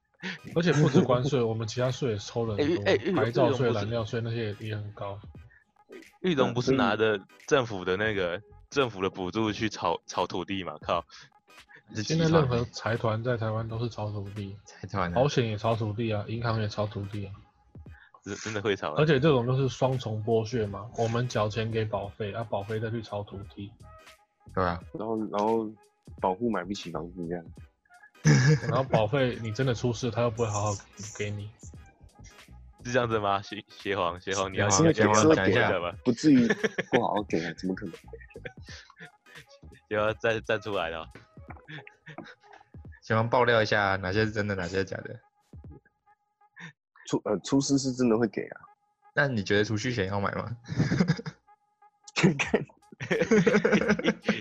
Speaker 2: 而且不止关税，我们其他税也抽了很多，
Speaker 1: 哎哎哎
Speaker 2: 牌照税、
Speaker 1: 不止
Speaker 2: 燃料税那些也也很高。
Speaker 1: 玉龙不是
Speaker 3: 所以
Speaker 1: 拿着政府的那个政府的补助去炒炒土地嘛？靠，
Speaker 4: 是集
Speaker 2: 现在任
Speaker 4: 团
Speaker 2: 何
Speaker 4: 欸
Speaker 2: 财团在台湾都是炒土地，
Speaker 4: 财团啊
Speaker 2: 保险也炒土地啊，银行也炒土地啊，
Speaker 1: 真真的会炒啊。
Speaker 2: 而且这种就是双重剥削嘛。我们缴钱给保费，啊，保费再去炒土地，
Speaker 4: 对吧？
Speaker 3: 然后然后保护买不起房子这样，
Speaker 2: 然后保费你真的出事，他又不会好好给你。
Speaker 1: 是这样子吗？邪邪皇，邪皇，你要
Speaker 4: 好
Speaker 3: 是
Speaker 1: 你
Speaker 3: 会
Speaker 1: 要
Speaker 3: 给
Speaker 1: 讲话
Speaker 4: 先帮
Speaker 3: 是
Speaker 4: 我
Speaker 3: 会
Speaker 1: 一
Speaker 4: 讲一
Speaker 3: 给
Speaker 1: 下
Speaker 4: 下
Speaker 1: 吧，
Speaker 3: 不至 于不好好给啊，怎么可能？
Speaker 1: 就要站站出来了。
Speaker 4: 希望爆料一下啊哪些是真的，哪些是假的。
Speaker 3: 出呃出师是真的会给 啊，
Speaker 4: 那你觉得储蓄险要买吗？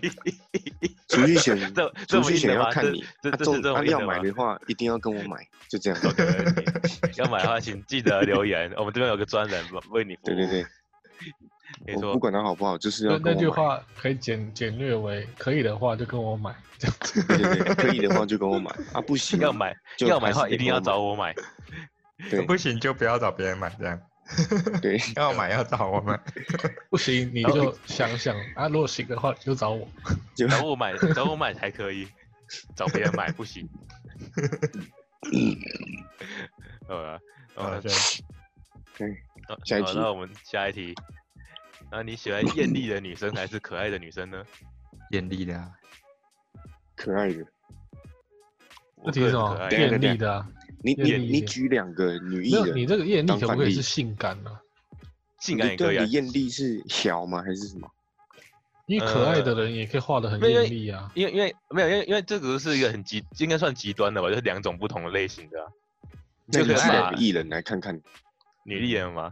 Speaker 3: 储蓄险
Speaker 1: 这这
Speaker 3: 储
Speaker 1: 么
Speaker 3: 蓄
Speaker 1: 硬
Speaker 3: 险
Speaker 1: 的
Speaker 3: 要
Speaker 1: 吗？
Speaker 3: 看
Speaker 1: 这
Speaker 3: 你，
Speaker 1: 这
Speaker 3: 啊
Speaker 1: 这
Speaker 3: 中
Speaker 1: 是这
Speaker 3: 啊
Speaker 1: 么硬
Speaker 3: 要
Speaker 1: 的
Speaker 3: 买
Speaker 1: 吗
Speaker 3: 的？ 话一定要跟我买，就这样。
Speaker 1: 不可能你要买的话，请记得留言，我们这边有个专人为你服务。
Speaker 3: 对对对，
Speaker 1: 可以
Speaker 3: 我
Speaker 1: 说
Speaker 3: 不管它好不好，就是
Speaker 2: 那
Speaker 3: 要
Speaker 2: 那
Speaker 3: 跟
Speaker 2: 句
Speaker 3: 我买。
Speaker 2: 话可以简简略为，可以的话就跟我买这样子。
Speaker 3: 对对对，可以的话就跟我买啊，不行
Speaker 1: 要买
Speaker 3: 就
Speaker 1: 要买的话，
Speaker 3: 还是
Speaker 1: 一
Speaker 3: 得
Speaker 1: 定
Speaker 3: 跟
Speaker 1: 要
Speaker 3: 我
Speaker 1: 找我买。
Speaker 3: 对
Speaker 4: 不行就不要找别人买，这样
Speaker 3: 对，
Speaker 4: 要买要找我 买。
Speaker 2: 不行你就想想啊，如果行的话你就找我。
Speaker 3: 就
Speaker 1: 找我买，找我买才可以，找别人买不行。呃，
Speaker 4: 好
Speaker 1: 呃
Speaker 4: 这样
Speaker 3: 对，
Speaker 1: 好
Speaker 3: 下一题
Speaker 1: 那我们下一题。那你喜欢艳丽的女生还是可爱的女生呢？
Speaker 4: 艳丽的啊，
Speaker 3: 可爱的。
Speaker 1: 我
Speaker 2: 这
Speaker 1: 个人是
Speaker 2: 题是什
Speaker 1: 可
Speaker 2: 么？
Speaker 1: 爱
Speaker 3: 等
Speaker 1: 的，
Speaker 2: 艳丽
Speaker 3: 一下
Speaker 2: 的啊，
Speaker 3: 你你
Speaker 2: 艳丽
Speaker 3: 你
Speaker 2: 的
Speaker 3: 举两个女艺
Speaker 2: 没有你
Speaker 3: 人，
Speaker 2: 这个艳丽
Speaker 3: 啊当
Speaker 2: 可不
Speaker 3: 反
Speaker 2: 可以
Speaker 3: 例
Speaker 2: 是性感呢、啊？
Speaker 1: 性感也可以
Speaker 3: 对
Speaker 1: 啊
Speaker 3: 你。艳丽是小吗还是什么？
Speaker 2: 因为可爱的人也可以画的很艳丽啊。
Speaker 1: 呃因为因为没有因为因为这个是一个很极应该算极端的吧，就是两种不同的类型的啊、
Speaker 3: 那
Speaker 1: 就
Speaker 3: 你
Speaker 1: 可
Speaker 3: 举
Speaker 1: 以
Speaker 3: 两
Speaker 1: 把
Speaker 3: 个艺人来看看，
Speaker 1: 女艺人吗？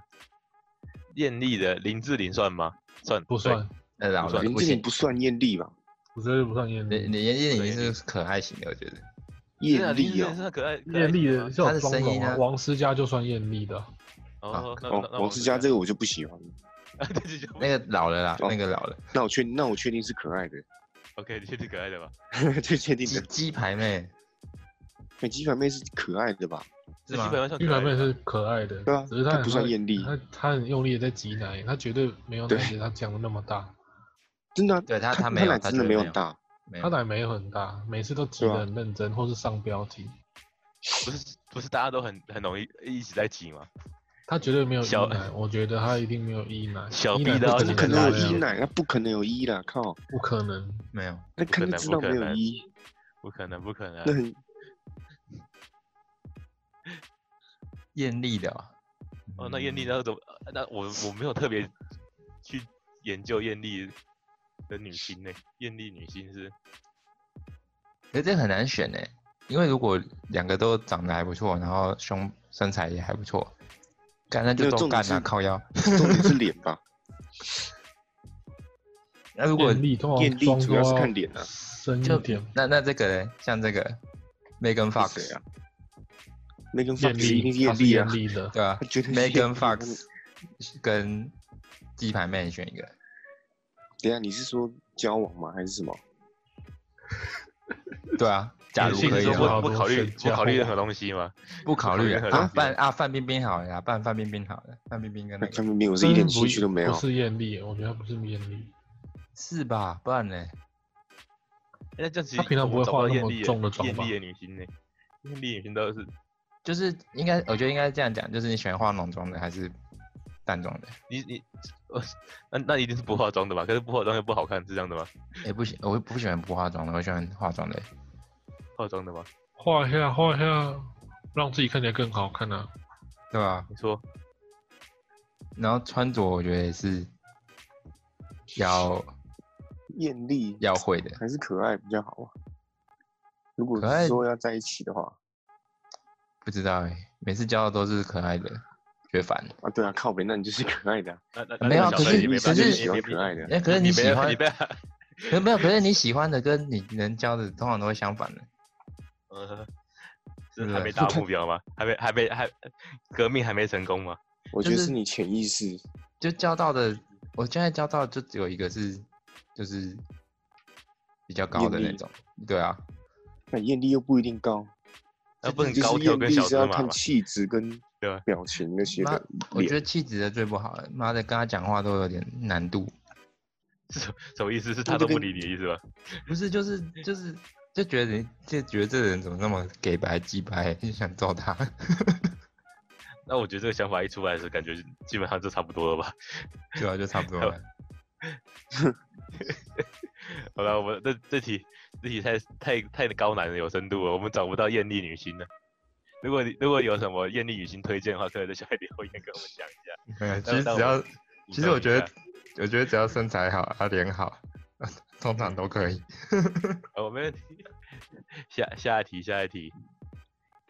Speaker 1: 艳丽的林志玲算吗？算
Speaker 2: 不？算，
Speaker 3: 哎
Speaker 4: 那老了
Speaker 3: 林
Speaker 4: 不
Speaker 3: 志玲
Speaker 4: 行
Speaker 3: 不。算艳丽吧？
Speaker 2: 我觉得不算艳
Speaker 3: 嗯
Speaker 4: 你
Speaker 2: 丽。
Speaker 4: 你严丽已经是可爱型的，我觉得。
Speaker 3: 艳丽
Speaker 1: 啊，是
Speaker 3: 哦，
Speaker 1: 很可爱，可爱
Speaker 2: 艳丽的
Speaker 1: 吗
Speaker 2: 这种
Speaker 4: 他的
Speaker 2: 妆
Speaker 4: 声
Speaker 2: 容
Speaker 4: 音
Speaker 2: 啊，
Speaker 4: 啊
Speaker 2: 王思佳就算艳丽的，
Speaker 1: 哦，那
Speaker 3: 哦，王思佳这个我就不喜欢，
Speaker 1: 个， 对就
Speaker 4: 那个老了啦，
Speaker 3: 哦
Speaker 4: 那个老了，
Speaker 3: 那我确那我确定是可爱的，
Speaker 1: OK，这是可爱的吧？
Speaker 3: 这 确定
Speaker 4: 鸡
Speaker 3: 的。
Speaker 4: 鸡排妹
Speaker 3: 美姬反妹是可爱的吧？
Speaker 4: 是
Speaker 1: 这基
Speaker 4: 吗
Speaker 1: 本？上算可爱的
Speaker 2: 玉兰妹
Speaker 1: 吧
Speaker 2: 是可爱的，
Speaker 3: 对啊
Speaker 2: 只是她
Speaker 3: 她
Speaker 2: 很
Speaker 3: 不算艳丽
Speaker 2: 她她很用力的在挤奶，她绝对没有
Speaker 3: 对
Speaker 2: 奶姐她讲的那么大，
Speaker 3: 真的啊，
Speaker 4: 对她
Speaker 3: 她
Speaker 4: 她没 有
Speaker 3: 奶
Speaker 4: 她
Speaker 3: 真的
Speaker 4: 觉得
Speaker 3: 没有
Speaker 4: 没
Speaker 3: 很
Speaker 4: 有
Speaker 3: 大，
Speaker 4: 没
Speaker 2: 她
Speaker 4: 有，
Speaker 2: 奶没有很大，每次都挤
Speaker 3: 对
Speaker 2: 得
Speaker 3: 啊
Speaker 2: 很认真，或是上标题，
Speaker 1: 不是不是大家都很很容易一直在挤吗？
Speaker 2: 她绝对没有一
Speaker 1: 小
Speaker 2: 奶，我觉得她一定没有一奶，
Speaker 1: 小
Speaker 2: 一
Speaker 1: 逼
Speaker 2: 奶
Speaker 1: 的啊
Speaker 3: 怎
Speaker 1: 这
Speaker 3: 么
Speaker 1: 你可
Speaker 3: 可
Speaker 1: 能
Speaker 3: 能有
Speaker 1: 没
Speaker 3: 一
Speaker 1: 有
Speaker 3: 奶？那不可能有一啦，靠！
Speaker 2: 不可能，
Speaker 4: 没有，
Speaker 3: 那
Speaker 1: 不可
Speaker 3: 看就
Speaker 1: 能
Speaker 3: 知
Speaker 1: 不
Speaker 3: 道
Speaker 1: 可
Speaker 3: 没有
Speaker 1: 能
Speaker 3: 一，
Speaker 1: 不可能，不可能啊
Speaker 3: 那。
Speaker 4: 嗯
Speaker 3: 很
Speaker 4: 艳丽的哦。
Speaker 1: 哦，那艳丽
Speaker 4: 嗯
Speaker 1: 那种，那我我没有特别去研究艳丽的女星呢、艳丽女星是
Speaker 4: 可是这很难选呢，因为如果两个都长得还不错，然后胸身材也还不错，干那
Speaker 3: 没
Speaker 4: 就
Speaker 3: 有
Speaker 4: 都
Speaker 3: 重点
Speaker 4: 干啊
Speaker 3: 是
Speaker 4: 靠腰。
Speaker 3: 重点是脸 吧？
Speaker 4: 那如果
Speaker 2: 艳丽通
Speaker 3: 艳
Speaker 2: 常
Speaker 3: 丽
Speaker 2: 妆
Speaker 3: 主
Speaker 2: 都
Speaker 3: 要是看脸啊
Speaker 2: 深
Speaker 4: 就
Speaker 2: 一点，
Speaker 4: 那那这个嘞，像这个 Megan
Speaker 3: 是谁
Speaker 4: Fox
Speaker 3: 啊？那跟
Speaker 2: 艳
Speaker 3: Fox 一定
Speaker 2: 丽
Speaker 3: 是
Speaker 2: 她
Speaker 3: 艳
Speaker 2: 是
Speaker 3: 丽啊
Speaker 2: 艳，丽的，
Speaker 4: 对吧
Speaker 3: 他绝 对是艳丽
Speaker 4: ？Megan Fox 跟鸡排妹选一个，
Speaker 3: 等一下你是说交往吗？还是什么？
Speaker 4: 对啊，假如
Speaker 2: 女性
Speaker 4: 可以
Speaker 1: 说
Speaker 4: 的
Speaker 2: 生活
Speaker 4: 话，
Speaker 1: 不
Speaker 2: 好
Speaker 1: 不
Speaker 2: 多
Speaker 1: 考虑
Speaker 2: 选
Speaker 1: 不考虑
Speaker 2: 项
Speaker 1: 任何东西吗？
Speaker 4: 不考
Speaker 1: 不
Speaker 4: 虑
Speaker 1: 考虑任何
Speaker 4: 啊
Speaker 1: 东，西
Speaker 4: 范啊范冰冰好了啦，范范冰冰好了，范冰冰跟那
Speaker 3: 那
Speaker 4: 个
Speaker 3: 上面我是
Speaker 2: 真
Speaker 3: 一点
Speaker 2: 嗯不
Speaker 3: 兴趣都没有
Speaker 2: 不。是艳丽，我觉得她不是艳丽，
Speaker 4: 是吧？不然呢？
Speaker 1: 哎那这样其
Speaker 2: 她
Speaker 1: 实
Speaker 2: 平常
Speaker 1: 我
Speaker 2: 不会
Speaker 1: 找不
Speaker 2: 化
Speaker 1: 到
Speaker 2: 那
Speaker 1: 艳
Speaker 2: 么
Speaker 1: 丽
Speaker 2: 重的妆
Speaker 1: 艳
Speaker 2: 吧
Speaker 1: 丽的女星呢、艳丽女星都是
Speaker 4: 就是应该，我觉得应该这样讲，就是你喜欢化浓妆的还是淡妆的？
Speaker 1: 你你呃，那那一定是不化妆的吧？可是不化妆又不好看，是这样的吗？
Speaker 4: 也、不喜，我不喜欢不化妆的，我喜欢化妆的。
Speaker 1: 化妆的吗？
Speaker 2: 画一下画一下，让自己看起来更好看啊。
Speaker 4: 对吧？
Speaker 1: 你说
Speaker 4: 然后穿着我觉得也是要
Speaker 3: 艳丽
Speaker 4: 要会的，
Speaker 3: 还是可爱比较好啊。如果
Speaker 4: 可爱
Speaker 3: 说要在一起的话，
Speaker 4: 不知道哎、每次教的都是可爱的，觉得烦。
Speaker 3: 啊，对啊，靠北，那你就是可爱的啊、
Speaker 1: 那那那
Speaker 4: 没有啊
Speaker 1: 小
Speaker 4: 可
Speaker 1: 帅
Speaker 4: 是
Speaker 1: 也
Speaker 4: 你
Speaker 1: 没
Speaker 4: 可
Speaker 1: 办法
Speaker 4: 是
Speaker 1: 你
Speaker 3: 喜欢
Speaker 1: 你
Speaker 3: 可爱的啊、
Speaker 4: 哎、可是
Speaker 1: 你
Speaker 4: 喜
Speaker 1: 没有
Speaker 4: 欢
Speaker 1: 你，被他
Speaker 4: 可没有，可是你喜欢的跟你能教的通常都会相反的。
Speaker 1: 呃，
Speaker 4: 对
Speaker 1: 是
Speaker 4: 不
Speaker 1: 还
Speaker 4: 对
Speaker 1: 没达到目标吗？还没还没还革命还没成功吗？
Speaker 3: 我觉得
Speaker 4: 就是
Speaker 3: 是你潜意识，
Speaker 4: 就教到的，我现在教到的就只有一个是，就是比较高的
Speaker 3: 艳
Speaker 4: 那
Speaker 3: 丽
Speaker 4: 种。对啊，
Speaker 3: 那艳丽又不一定高，
Speaker 1: 那不能
Speaker 3: 就
Speaker 1: 高
Speaker 3: 是
Speaker 1: 挑
Speaker 3: 艳
Speaker 1: 跟
Speaker 3: 丽
Speaker 1: 小
Speaker 3: 是
Speaker 1: 芝
Speaker 3: 要
Speaker 1: 麻
Speaker 3: 看
Speaker 1: 吗？
Speaker 3: 气质跟
Speaker 1: 对吧
Speaker 3: 表情那些
Speaker 4: 妈
Speaker 3: 的
Speaker 4: 我觉
Speaker 3: 脸。
Speaker 4: 得气质的最不好了，妈的，跟他讲话都有点难度。
Speaker 1: 什么意思？是他
Speaker 3: 那
Speaker 1: 都
Speaker 3: 就
Speaker 1: 不
Speaker 3: 跟
Speaker 1: 理你的意思吧？
Speaker 4: 不是，就是就是就觉得你就觉得这个人怎么那么给白鸡白，就想揍他。
Speaker 1: 那我觉得这个想法一出来的时候，感觉基本上就差不多了吧。
Speaker 4: 对啊，就差不多了。
Speaker 1: 好了，我们这这题这题太太太高难了，有深度了，我们找不到艳丽女星了。如果你如果有什么艳丽女星推荐的话，可以在下面留言跟我们讲一下。
Speaker 4: 对，其
Speaker 1: 那
Speaker 4: 实
Speaker 1: 那
Speaker 4: 只要
Speaker 1: 我
Speaker 4: 其实我觉得
Speaker 1: 补充一下，
Speaker 4: 我觉得只要身材好，啊脸好， 通常都可以。
Speaker 1: 呃，我没问题。下下一题，下一题，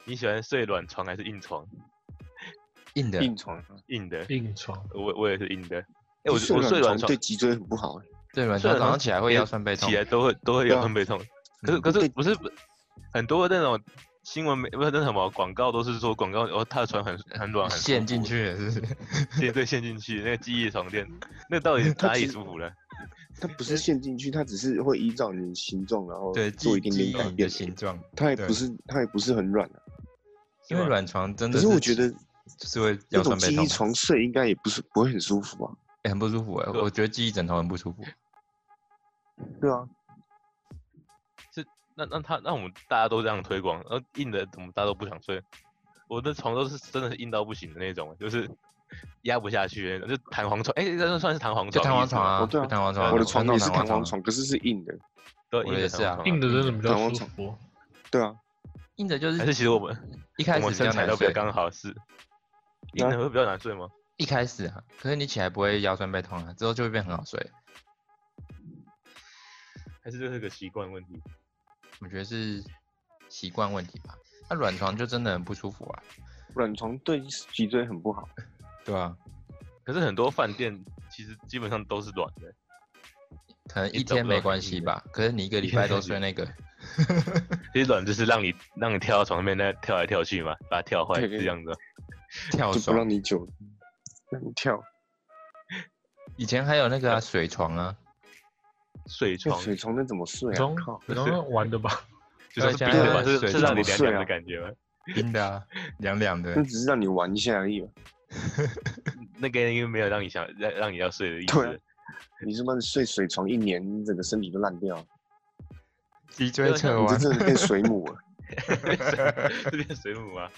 Speaker 1: 你喜欢睡软床还是硬床？
Speaker 4: 硬的，
Speaker 3: 硬床，
Speaker 4: 哎
Speaker 1: 硬的，
Speaker 2: 硬床，
Speaker 1: 我我也是硬的。哎、我
Speaker 3: 睡
Speaker 1: 我睡软
Speaker 3: 床
Speaker 1: 床
Speaker 3: 对脊椎很不好、欸。
Speaker 4: 对吧？
Speaker 1: 虽
Speaker 4: 他
Speaker 1: 啊然
Speaker 4: 早
Speaker 1: 说
Speaker 4: 上起来会
Speaker 1: 也
Speaker 4: 腰酸背痛
Speaker 1: 起，来都会都会有
Speaker 3: 对啊
Speaker 1: 很背
Speaker 4: 嗯
Speaker 1: 痛。可是可是
Speaker 3: 对
Speaker 1: 不是很多那种新闻没不是那什么广告都是说广告哦，他的床很很软很舒
Speaker 4: 陷进
Speaker 1: 服，
Speaker 4: 去也是。
Speaker 1: 对对陷进去那个记忆床垫，那到 底是
Speaker 3: 它
Speaker 1: 哪里
Speaker 3: 其实
Speaker 1: 舒服了？
Speaker 3: 它不是陷进去，它只是会依照你的形状，然后
Speaker 4: 对，
Speaker 3: 做
Speaker 4: 记
Speaker 3: 一定
Speaker 4: 记
Speaker 3: 点改
Speaker 4: 忆的
Speaker 3: 变。
Speaker 4: 形状，
Speaker 3: 它也
Speaker 4: 对
Speaker 3: 不是，它也不是很软、啊。
Speaker 4: 因为
Speaker 1: 吧
Speaker 4: 软床真
Speaker 3: 可
Speaker 4: 的。
Speaker 3: 是我觉得
Speaker 4: 是会
Speaker 3: 那
Speaker 4: 腰
Speaker 3: 种
Speaker 4: 酸
Speaker 3: 记
Speaker 4: 背
Speaker 3: 忆
Speaker 4: 痛，
Speaker 3: 床睡应该也不是不会很舒服吧？
Speaker 4: 欸很不舒服哎。
Speaker 1: 对啊
Speaker 4: 我觉得记忆枕头很不舒服。
Speaker 3: 对啊，
Speaker 1: 那那他那我们大家都这样推广，然后硬的怎么大家都不想睡？我的床都是真的是硬到不行的那种，就是压不下去，就弹簧床，哎、这这算是弹簧
Speaker 4: 就
Speaker 1: 床的意思吗，
Speaker 4: 弹簧床啊，
Speaker 3: 哦对啊
Speaker 4: 就弹簧床啊，
Speaker 3: 我的床
Speaker 4: 弄
Speaker 3: 也是
Speaker 4: 弹
Speaker 3: 弹
Speaker 4: 簧
Speaker 3: 簧
Speaker 4: 床啊，
Speaker 3: 床，可是是硬的。
Speaker 1: 对，
Speaker 4: 我
Speaker 1: 硬
Speaker 4: 也
Speaker 1: 的
Speaker 4: 是
Speaker 1: 弹
Speaker 4: 啊
Speaker 1: 簧
Speaker 2: 硬
Speaker 1: 床
Speaker 2: 的真的比较
Speaker 3: 弹簧
Speaker 2: 舒
Speaker 3: 床
Speaker 2: 服。
Speaker 3: 对啊，
Speaker 4: 硬的就是
Speaker 1: 还是其实我们
Speaker 4: 一
Speaker 1: 我
Speaker 4: 开始
Speaker 1: 们
Speaker 4: 比较
Speaker 1: 身材
Speaker 4: 难
Speaker 1: 都比较
Speaker 4: 睡，
Speaker 1: 刚好是，硬的会比较难睡吗？
Speaker 4: 一开始啊，可是你起来不会腰酸背痛啊，之后就会变很好睡。
Speaker 1: 还是这是个习惯问题？
Speaker 4: 我觉得是习惯问题吧。那软床就真的很不舒服啊，
Speaker 3: 软床对脊椎很不好。
Speaker 4: 对啊，
Speaker 1: 可是很多饭店其实基本上都是软的，
Speaker 4: 可能
Speaker 1: 也
Speaker 4: 一
Speaker 1: 找不
Speaker 4: 天
Speaker 1: 到
Speaker 4: 没
Speaker 1: 很
Speaker 4: 关
Speaker 1: 硬
Speaker 4: 系
Speaker 1: 的
Speaker 4: 吧，可是你一个礼拜都睡那个，
Speaker 1: 其实软就是让你让你跳到床上面那跳来跳去嘛，把它跳坏
Speaker 3: 对
Speaker 1: 是这样子吗。
Speaker 4: 跳
Speaker 3: 就不
Speaker 4: 爽。
Speaker 3: 让你久，让你跳。
Speaker 4: 以前还有那个啊、水床啊，
Speaker 1: 睡
Speaker 3: 这
Speaker 1: 床
Speaker 3: 哎水床能怎么睡啊
Speaker 2: 从？
Speaker 3: 靠！
Speaker 2: 然后玩的吧，
Speaker 1: 就是
Speaker 4: 对
Speaker 1: 冰的嘛，
Speaker 4: 现在
Speaker 1: 是
Speaker 4: 水
Speaker 1: 是
Speaker 4: 床
Speaker 1: 让你
Speaker 3: 怎
Speaker 1: 凉
Speaker 3: 么睡
Speaker 1: 凉的
Speaker 3: 啊
Speaker 1: 感觉吗？
Speaker 4: 冰的啊，凉 凉的
Speaker 3: 那。只是让你玩一下而已嘛。
Speaker 1: 那个因为没有让你想让让你要睡的意
Speaker 3: 对啊
Speaker 1: 思。
Speaker 3: 你他妈睡水床一年，你整个身体都烂掉，
Speaker 4: 脊
Speaker 1: 啊
Speaker 4: 椎侧
Speaker 3: 你这
Speaker 4: 弯，
Speaker 3: 真的变水母了，
Speaker 1: 这边水母啊，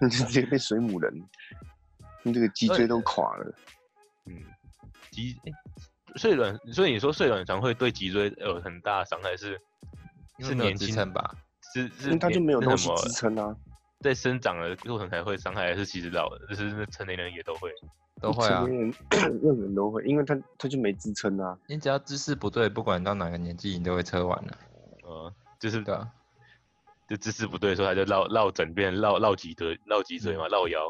Speaker 3: 你直接变水母人，你这个脊椎都垮了。
Speaker 1: 嗯，脊诶睡软，所以你说睡软床会对脊椎有很大的伤害是
Speaker 4: 因
Speaker 1: 是
Speaker 4: 为没有
Speaker 1: 年
Speaker 4: 支
Speaker 1: 轻
Speaker 4: 撑吧？
Speaker 1: 是是
Speaker 3: 因为
Speaker 1: 年，
Speaker 3: 它就没有
Speaker 1: 是
Speaker 3: 东
Speaker 1: 什
Speaker 3: 西
Speaker 1: 么
Speaker 3: 支撑啊，
Speaker 1: 在生长的过程才会伤害，还是其实老就是那成年人也都会？
Speaker 4: 都会啊
Speaker 3: 成，年 人任何人都会，因为它它就没支撑啊。
Speaker 4: 你只要姿势不对，不管到哪个年纪，你都会侧弯的、
Speaker 1: 呃，就是
Speaker 4: 对啊，
Speaker 1: 就姿势不对的时候，他就绕绕枕变成绕绕脊椎、绕脊椎
Speaker 2: 嗯
Speaker 1: 嘛，绕腰。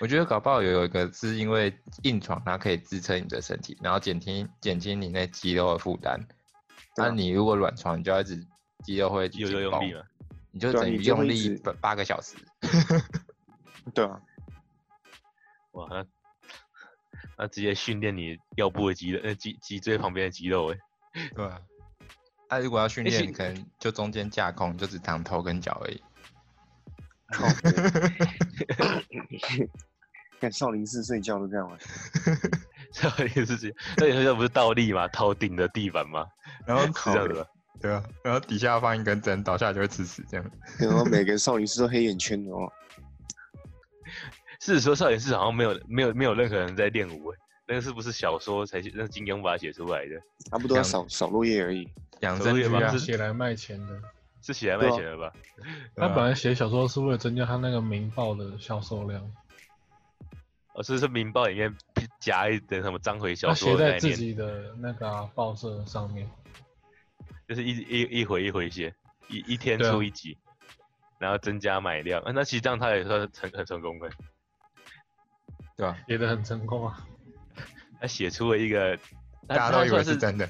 Speaker 4: 我觉得搞不好有有一个是因为硬床，它可以支撑你的身体，然后减轻减轻你那肌肉的负担。
Speaker 3: 对
Speaker 4: 那、
Speaker 3: 啊
Speaker 4: 你如果软床，你就要一直肌肉会一直
Speaker 1: 有有用
Speaker 4: 紧
Speaker 1: 力
Speaker 4: 绷
Speaker 1: 嘛？
Speaker 4: 你就
Speaker 3: 对啊
Speaker 4: 等
Speaker 3: 你
Speaker 4: 于
Speaker 3: 就
Speaker 4: 用
Speaker 3: 会一
Speaker 4: 力
Speaker 3: 直
Speaker 4: 八八个小时。
Speaker 3: 对啊，
Speaker 1: 哇，那那直接训练你腰部的肌肉，呃脊脊椎旁边的肌肉 哎。
Speaker 4: 对啊，那、如果要训
Speaker 1: 诶
Speaker 4: 练，
Speaker 1: 训
Speaker 4: 可能就中间架空，就只躺头跟脚而已。
Speaker 3: 靠！ 看少林寺睡觉都这样啊，
Speaker 1: 这也是这样，那你说不是倒立吗？头顶着地板吗？
Speaker 4: 然后
Speaker 1: 是这样子吧？
Speaker 4: 对啊，然后底下放一根针，倒下来就会吃屎这样。
Speaker 3: 然后每个少林寺都黑眼圈哦。
Speaker 1: 是说少林寺好像没有没有没有任何人在练武哎，那个是不是小说才那金庸把它写出来的？
Speaker 3: 差不多要
Speaker 4: 想
Speaker 3: 扫扫落叶而已。
Speaker 4: 养
Speaker 1: 所
Speaker 4: 生
Speaker 1: 以
Speaker 4: 居
Speaker 1: 吧
Speaker 4: 啊
Speaker 1: 是，
Speaker 2: 写来卖钱的。
Speaker 1: 是写来
Speaker 3: 对
Speaker 1: 卖
Speaker 3: 啊
Speaker 1: 钱的吧？
Speaker 4: 对
Speaker 2: 他
Speaker 4: 啊
Speaker 2: 本来写小说是为了增加他那个《明报》的销售量，
Speaker 1: 哦，是是《明报》里面夹一点什么章回小
Speaker 2: 他写
Speaker 1: 说的
Speaker 2: 在
Speaker 1: 概
Speaker 2: 自
Speaker 1: 念，
Speaker 2: 己的那个啊、报社上面。
Speaker 1: 就是一一一回一回写，一一天
Speaker 2: 对啊
Speaker 1: 出一集，然后增加买量。啊那其实这样他也算成很成功的，
Speaker 4: 对吧？
Speaker 2: 写的很成功啊。
Speaker 1: 他写出了一个，他
Speaker 4: 大家都
Speaker 1: 他
Speaker 4: 以
Speaker 1: 算
Speaker 4: 为是真的。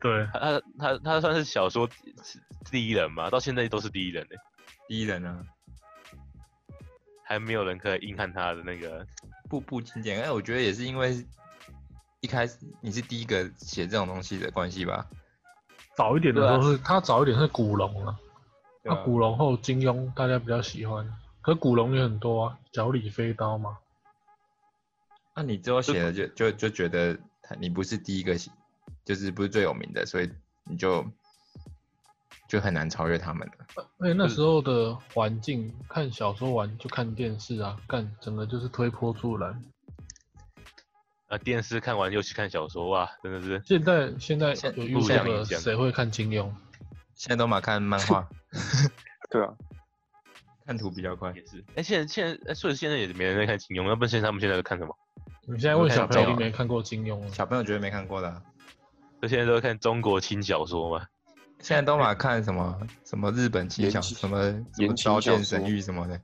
Speaker 2: 对，
Speaker 1: 他他他他算是小说第一人嘛，到现在都是第一人欸呢，
Speaker 4: 第一人啊，
Speaker 1: 还没有人可以硬汉他的那个。
Speaker 4: 步步经典。哎，我觉得也是因为一开始你是第一个写这种东西的关系吧？
Speaker 2: 早一点的
Speaker 1: 啊
Speaker 2: 时候是，他早一点是古龙啊，
Speaker 4: 对
Speaker 2: 那
Speaker 4: 吧？
Speaker 2: 古龙后金庸大家比较喜欢，可古龙也很多啊，脚里飞刀嘛，
Speaker 4: 那、啊你之后写的就就就觉得他你不是第一个写，就是不是最有名的，所以你就就很难超越他们了。
Speaker 2: 而且那时候的环境，看小说完就看电视啊，干整个就是推波助澜。
Speaker 1: 啊，电视看完又去看小说哇，真的是
Speaker 2: 现在现在
Speaker 4: 现
Speaker 2: 有
Speaker 1: 不一样
Speaker 2: YouTube
Speaker 1: 影响
Speaker 2: 谁会看金庸？
Speaker 4: 现在都嘛看漫画，
Speaker 3: 对啊，
Speaker 4: 看图比较快。
Speaker 1: 也是。哎、现在现在，哎所以现在也没人在看金庸，要不然现在他们现在都看什么？
Speaker 2: 你现在问小朋友
Speaker 4: 我看
Speaker 2: 你没看过金庸啊？
Speaker 4: 小朋友绝对没看过的啊、
Speaker 1: 就现在都在看中国轻小说嘛。
Speaker 4: 现在都嘛看什么什么日本轻
Speaker 3: 言
Speaker 4: 小
Speaker 3: 情
Speaker 4: 什么什
Speaker 3: 言
Speaker 4: 么
Speaker 3: 情
Speaker 4: 刀剑
Speaker 3: 小
Speaker 4: 神
Speaker 3: 说
Speaker 4: 域什么的，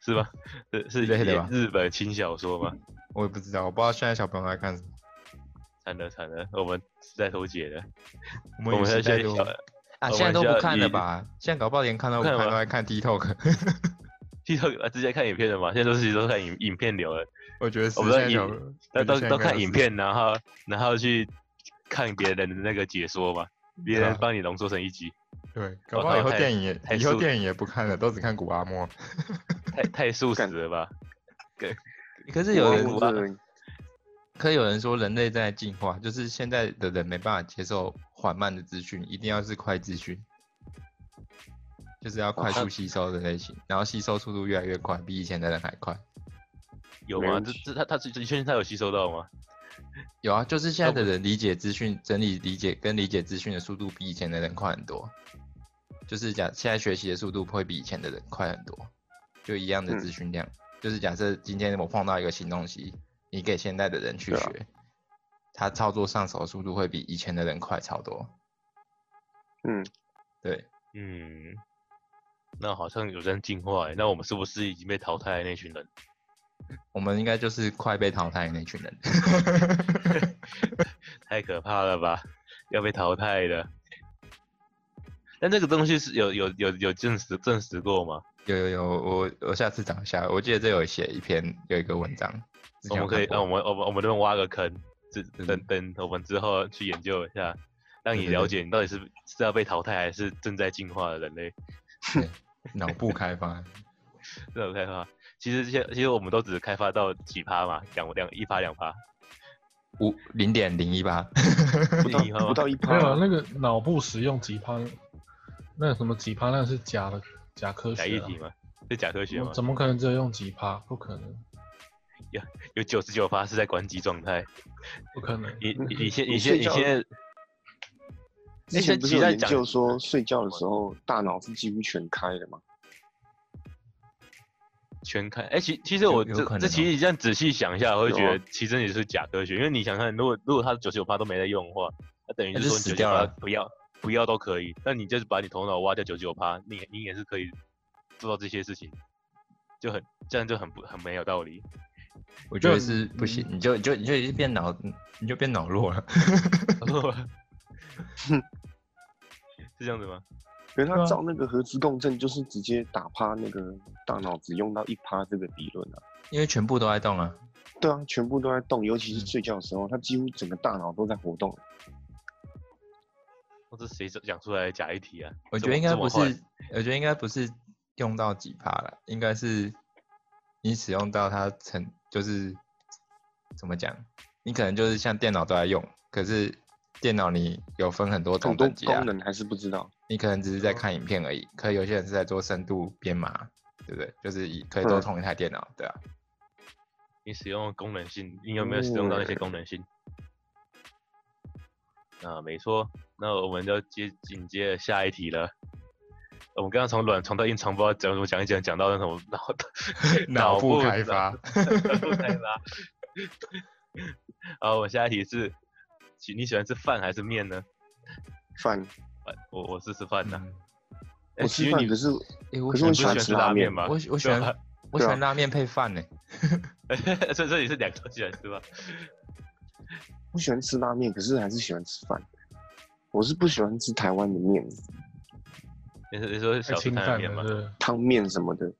Speaker 1: 是吧？ 是是
Speaker 4: 之类的
Speaker 1: 演
Speaker 4: 吧
Speaker 1: 日本轻小说吗？
Speaker 4: 我也不知道，我不知道现在小朋友在看什么。
Speaker 1: 惨了惨了，我们是在偷解的。
Speaker 4: 我
Speaker 1: 我们现
Speaker 4: 现在
Speaker 1: 在
Speaker 4: 都
Speaker 1: 小
Speaker 4: 啊，
Speaker 1: 我
Speaker 4: 现
Speaker 1: 们
Speaker 4: 在都
Speaker 1: 现
Speaker 4: 不
Speaker 1: 在
Speaker 4: 看了
Speaker 1: 已
Speaker 4: 吧？现在搞不好连看都不
Speaker 1: 不看
Speaker 4: 看，
Speaker 1: 了
Speaker 4: 都
Speaker 1: 吗
Speaker 4: 在 看 TikTok。
Speaker 1: TikTok 啊，直接看影片的嘛，现在都是都看影影片流了，
Speaker 4: 我觉得是
Speaker 1: 我不知道
Speaker 4: 现在
Speaker 1: 影
Speaker 4: 小，
Speaker 1: 那
Speaker 4: 我觉得
Speaker 1: 都
Speaker 4: 现在
Speaker 1: 都
Speaker 4: 应该
Speaker 1: 看
Speaker 4: 都
Speaker 1: 影
Speaker 4: 是
Speaker 1: 片，然后然后去看别人的那个解说嘛，别
Speaker 4: 对啊
Speaker 1: 人帮你浓缩成一集。
Speaker 4: 对，搞
Speaker 1: 我
Speaker 4: 不好以
Speaker 1: 靠
Speaker 4: 后
Speaker 1: 太
Speaker 4: 电影也
Speaker 1: 太
Speaker 4: 以后
Speaker 1: 素
Speaker 4: 电影也不看了，都只看古阿莫。
Speaker 1: 太太素食
Speaker 3: 干
Speaker 1: 了吧？
Speaker 4: 可是有
Speaker 1: 古
Speaker 4: 人
Speaker 1: 阿
Speaker 3: 我
Speaker 1: 莫
Speaker 3: 这个人
Speaker 4: 可有人说人类在进化，就是现在的人没办法接受缓慢的资讯，一定要是快资讯，就是
Speaker 1: 哦
Speaker 4: 要快速
Speaker 3: 他
Speaker 4: 吸收的类型，然后吸收速度越来越快，比以前的人还快。
Speaker 1: 有
Speaker 3: 没
Speaker 1: 吗？
Speaker 3: 问
Speaker 1: 这
Speaker 3: 题
Speaker 1: 这他他这确定他有吸收到吗？
Speaker 4: 有啊，就是现在
Speaker 1: 那
Speaker 4: 的人理解资讯、整理理解跟理解资讯的速度比以前的人快很多，就是假现在学习的速度会比以前的人快很多，就一样的
Speaker 3: 嗯
Speaker 4: 资讯量。就是假设今天我碰到一个新东西，你给现在的人去
Speaker 3: 对
Speaker 4: 学，
Speaker 3: 啊
Speaker 4: 他操作上手的速度会比以前的人快超多。
Speaker 3: 嗯，
Speaker 4: 对，
Speaker 1: 嗯，那好像有在进化哎，那我们是不是已经被淘汰的那群人？
Speaker 4: 我们应该就是快被淘汰的那群人。
Speaker 1: 太可怕了吧，要被淘汰了。但这个东西是有有有有证实证实过吗？
Speaker 4: 有有有，我我下次找一下，我记得这有写一篇有一个文章，
Speaker 1: 我
Speaker 4: 之前
Speaker 1: 们
Speaker 4: 有
Speaker 1: 可以，
Speaker 4: 看
Speaker 1: 那、
Speaker 4: 过
Speaker 1: 我们我们我们这边挖个坑，这
Speaker 4: 嗯
Speaker 1: 等等我们之后去研究一下，让你
Speaker 4: 对对
Speaker 1: 了
Speaker 4: 对
Speaker 1: 解你到底是是要被淘汰还是正在进化的人类。
Speaker 4: 脑部开发，
Speaker 1: 这种开发，其实现其实我们都只开发到几趴嘛，两两一趴两趴，
Speaker 4: 五零点零一八，
Speaker 1: 不
Speaker 3: 不到
Speaker 1: 一趴吗
Speaker 3: 不到一
Speaker 2: 没有啊
Speaker 3: 趴，
Speaker 2: 那个脑部使用几趴，那个什么几趴，那是假的假科
Speaker 1: 假
Speaker 2: 学、
Speaker 1: 议
Speaker 2: 啊
Speaker 1: 题。吗？是假科学
Speaker 2: 我
Speaker 1: 吗？
Speaker 2: 怎么可能只有用几趴？不可能，
Speaker 1: 有九十九趴是在关机状态。
Speaker 2: 不可能。
Speaker 1: 你你
Speaker 3: 嗯
Speaker 1: 你现
Speaker 3: 你
Speaker 1: 你现你
Speaker 3: 睡觉
Speaker 1: 现在哎
Speaker 3: 之前不是有研究说睡觉的时候大脑是几乎全开的嘛？
Speaker 1: 全看，哎、其其实我
Speaker 4: 有有
Speaker 1: 这、
Speaker 4: 可能
Speaker 1: 这
Speaker 4: 哦
Speaker 1: 其实你这样仔细想一下，我会
Speaker 3: 有啊
Speaker 1: 觉得其实你是假科学，因为你想看，如果如果他九十九趴都没在用的话，那等于
Speaker 4: 那
Speaker 1: 是
Speaker 4: 就
Speaker 1: 说
Speaker 4: 死
Speaker 1: 你
Speaker 4: 掉了
Speaker 1: 99%不要不要都可以，那你就是把你头脑挖掉九十九趴，你你也是可以做到这些事情，就很这样就很不很没有道 理。
Speaker 4: 我觉得
Speaker 2: 就是
Speaker 4: 不行，你就你就你就已经变脑，你就变脑弱了。
Speaker 1: 是这样子吗？
Speaker 3: 可
Speaker 2: 对
Speaker 3: 是他
Speaker 2: 啊
Speaker 3: 照那个核磁共振，就是直接打趴那个大脑只用到一趴这个理论啊。
Speaker 4: 因为全部都在动啊。
Speaker 3: 对啊，全部都在动，尤其是
Speaker 4: 嗯
Speaker 3: 睡觉的时候，他几乎整个大脑都在活动。
Speaker 1: 哦这谁讲出来的假议题啊？
Speaker 4: 我
Speaker 1: 这
Speaker 4: 觉得
Speaker 1: 么
Speaker 4: 应该
Speaker 1: 这么
Speaker 4: 不是
Speaker 1: 坏，
Speaker 4: 我觉得应该不是用到几趴了，应该是你使用到它成就是怎么讲，你可能就是像电脑都在用，可是电脑你有分很多
Speaker 3: 很
Speaker 4: 种
Speaker 3: 多
Speaker 4: 等级啊
Speaker 3: 功，能嗯还是不知道。
Speaker 4: 你可能只是在看影片而已，可有些人是在做深度编码，对不对？就是以可以
Speaker 3: 嗯
Speaker 4: 都同一台电脑，对啊。
Speaker 1: 你使用的功能性，你有没有使用到那些功能性？啊，没错，那我们就接紧接着下一题了。我们刚刚从卵床到硬床，不知道讲怎么讲一讲，讲到那什么脑
Speaker 4: 脑部
Speaker 1: 部
Speaker 4: 开发
Speaker 1: 脑部开发。好，我下一题是，喜你喜欢吃饭还是面呢？
Speaker 3: 饭，
Speaker 1: 饭我我是吃饭的、
Speaker 4: 嗯
Speaker 1: 哎
Speaker 3: 我
Speaker 1: 其
Speaker 3: 吃
Speaker 1: 实
Speaker 3: 饭
Speaker 1: 你
Speaker 3: 可是
Speaker 4: 诶我
Speaker 3: 可是
Speaker 1: 你不是
Speaker 3: 我
Speaker 4: 很
Speaker 3: 喜
Speaker 1: 喜
Speaker 3: 欢
Speaker 1: 欢
Speaker 3: 吃
Speaker 1: 吃
Speaker 3: 拉
Speaker 1: 拉
Speaker 3: 面
Speaker 1: 面
Speaker 3: 吧
Speaker 1: 吧？
Speaker 4: 我喜我喜欢我喜
Speaker 3: 对啊
Speaker 4: 欢拉面配饭呢、
Speaker 1: 所以这里是两个都喜欢吃吧？
Speaker 3: 我喜欢吃拉面，可是还是喜欢吃饭。我是不喜欢吃台湾的面，
Speaker 1: 你是你说是
Speaker 2: 太
Speaker 1: 小吃
Speaker 2: 清
Speaker 1: 摊的
Speaker 2: 淡
Speaker 1: 面吗
Speaker 2: 了，？对。
Speaker 3: 汤面什么的。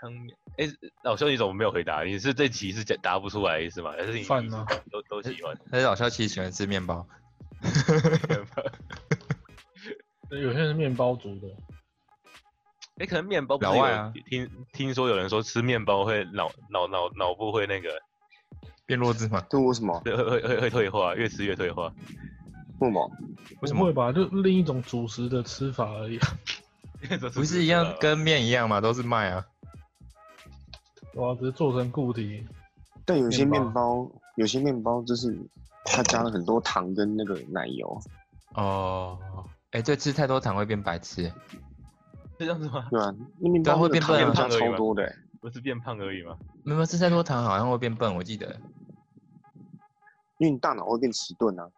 Speaker 1: 汤面。哎、老兄，你怎么没有回答？你是这题是答不出来是吗？还是你
Speaker 2: 饭啊
Speaker 1: 你都都喜 欢？
Speaker 4: 但是老肖其实喜欢吃面包，
Speaker 2: 对有些人是面包族的，
Speaker 1: 哎、可能面包不是
Speaker 4: 老外
Speaker 1: 有
Speaker 4: 啊
Speaker 1: 听听说有人说吃面包会脑脑脑脑部会那个，
Speaker 4: 变弱智吗？
Speaker 3: 对我什么？
Speaker 1: 对会会会会退化，越吃越退化。
Speaker 3: 为什么？
Speaker 4: 为什
Speaker 2: 不
Speaker 4: 么
Speaker 2: 会吧？就另一种主食的吃法而已。啊
Speaker 4: 不是一样跟面一样吗？都是麦啊。
Speaker 2: 哇，只是做成固体，
Speaker 3: 但有些
Speaker 2: 面
Speaker 3: 面包，有些面包就是它加了很多糖跟那个奶油，
Speaker 4: 哦，哎、对，吃太多糖会变白痴。
Speaker 1: 是这样子吗？
Speaker 3: 对吧、那面
Speaker 4: 对啊
Speaker 3: 包
Speaker 4: 会
Speaker 3: 那个
Speaker 4: 变
Speaker 3: 糖要
Speaker 4: 笨啊
Speaker 3: 加
Speaker 1: 胖而已
Speaker 3: 超
Speaker 1: 嘛
Speaker 3: 多的欸、
Speaker 1: 不是变胖而已吗？
Speaker 4: 没有，吃太多糖好像会变笨，我记得。
Speaker 3: 因为你大脑会变迟钝啊。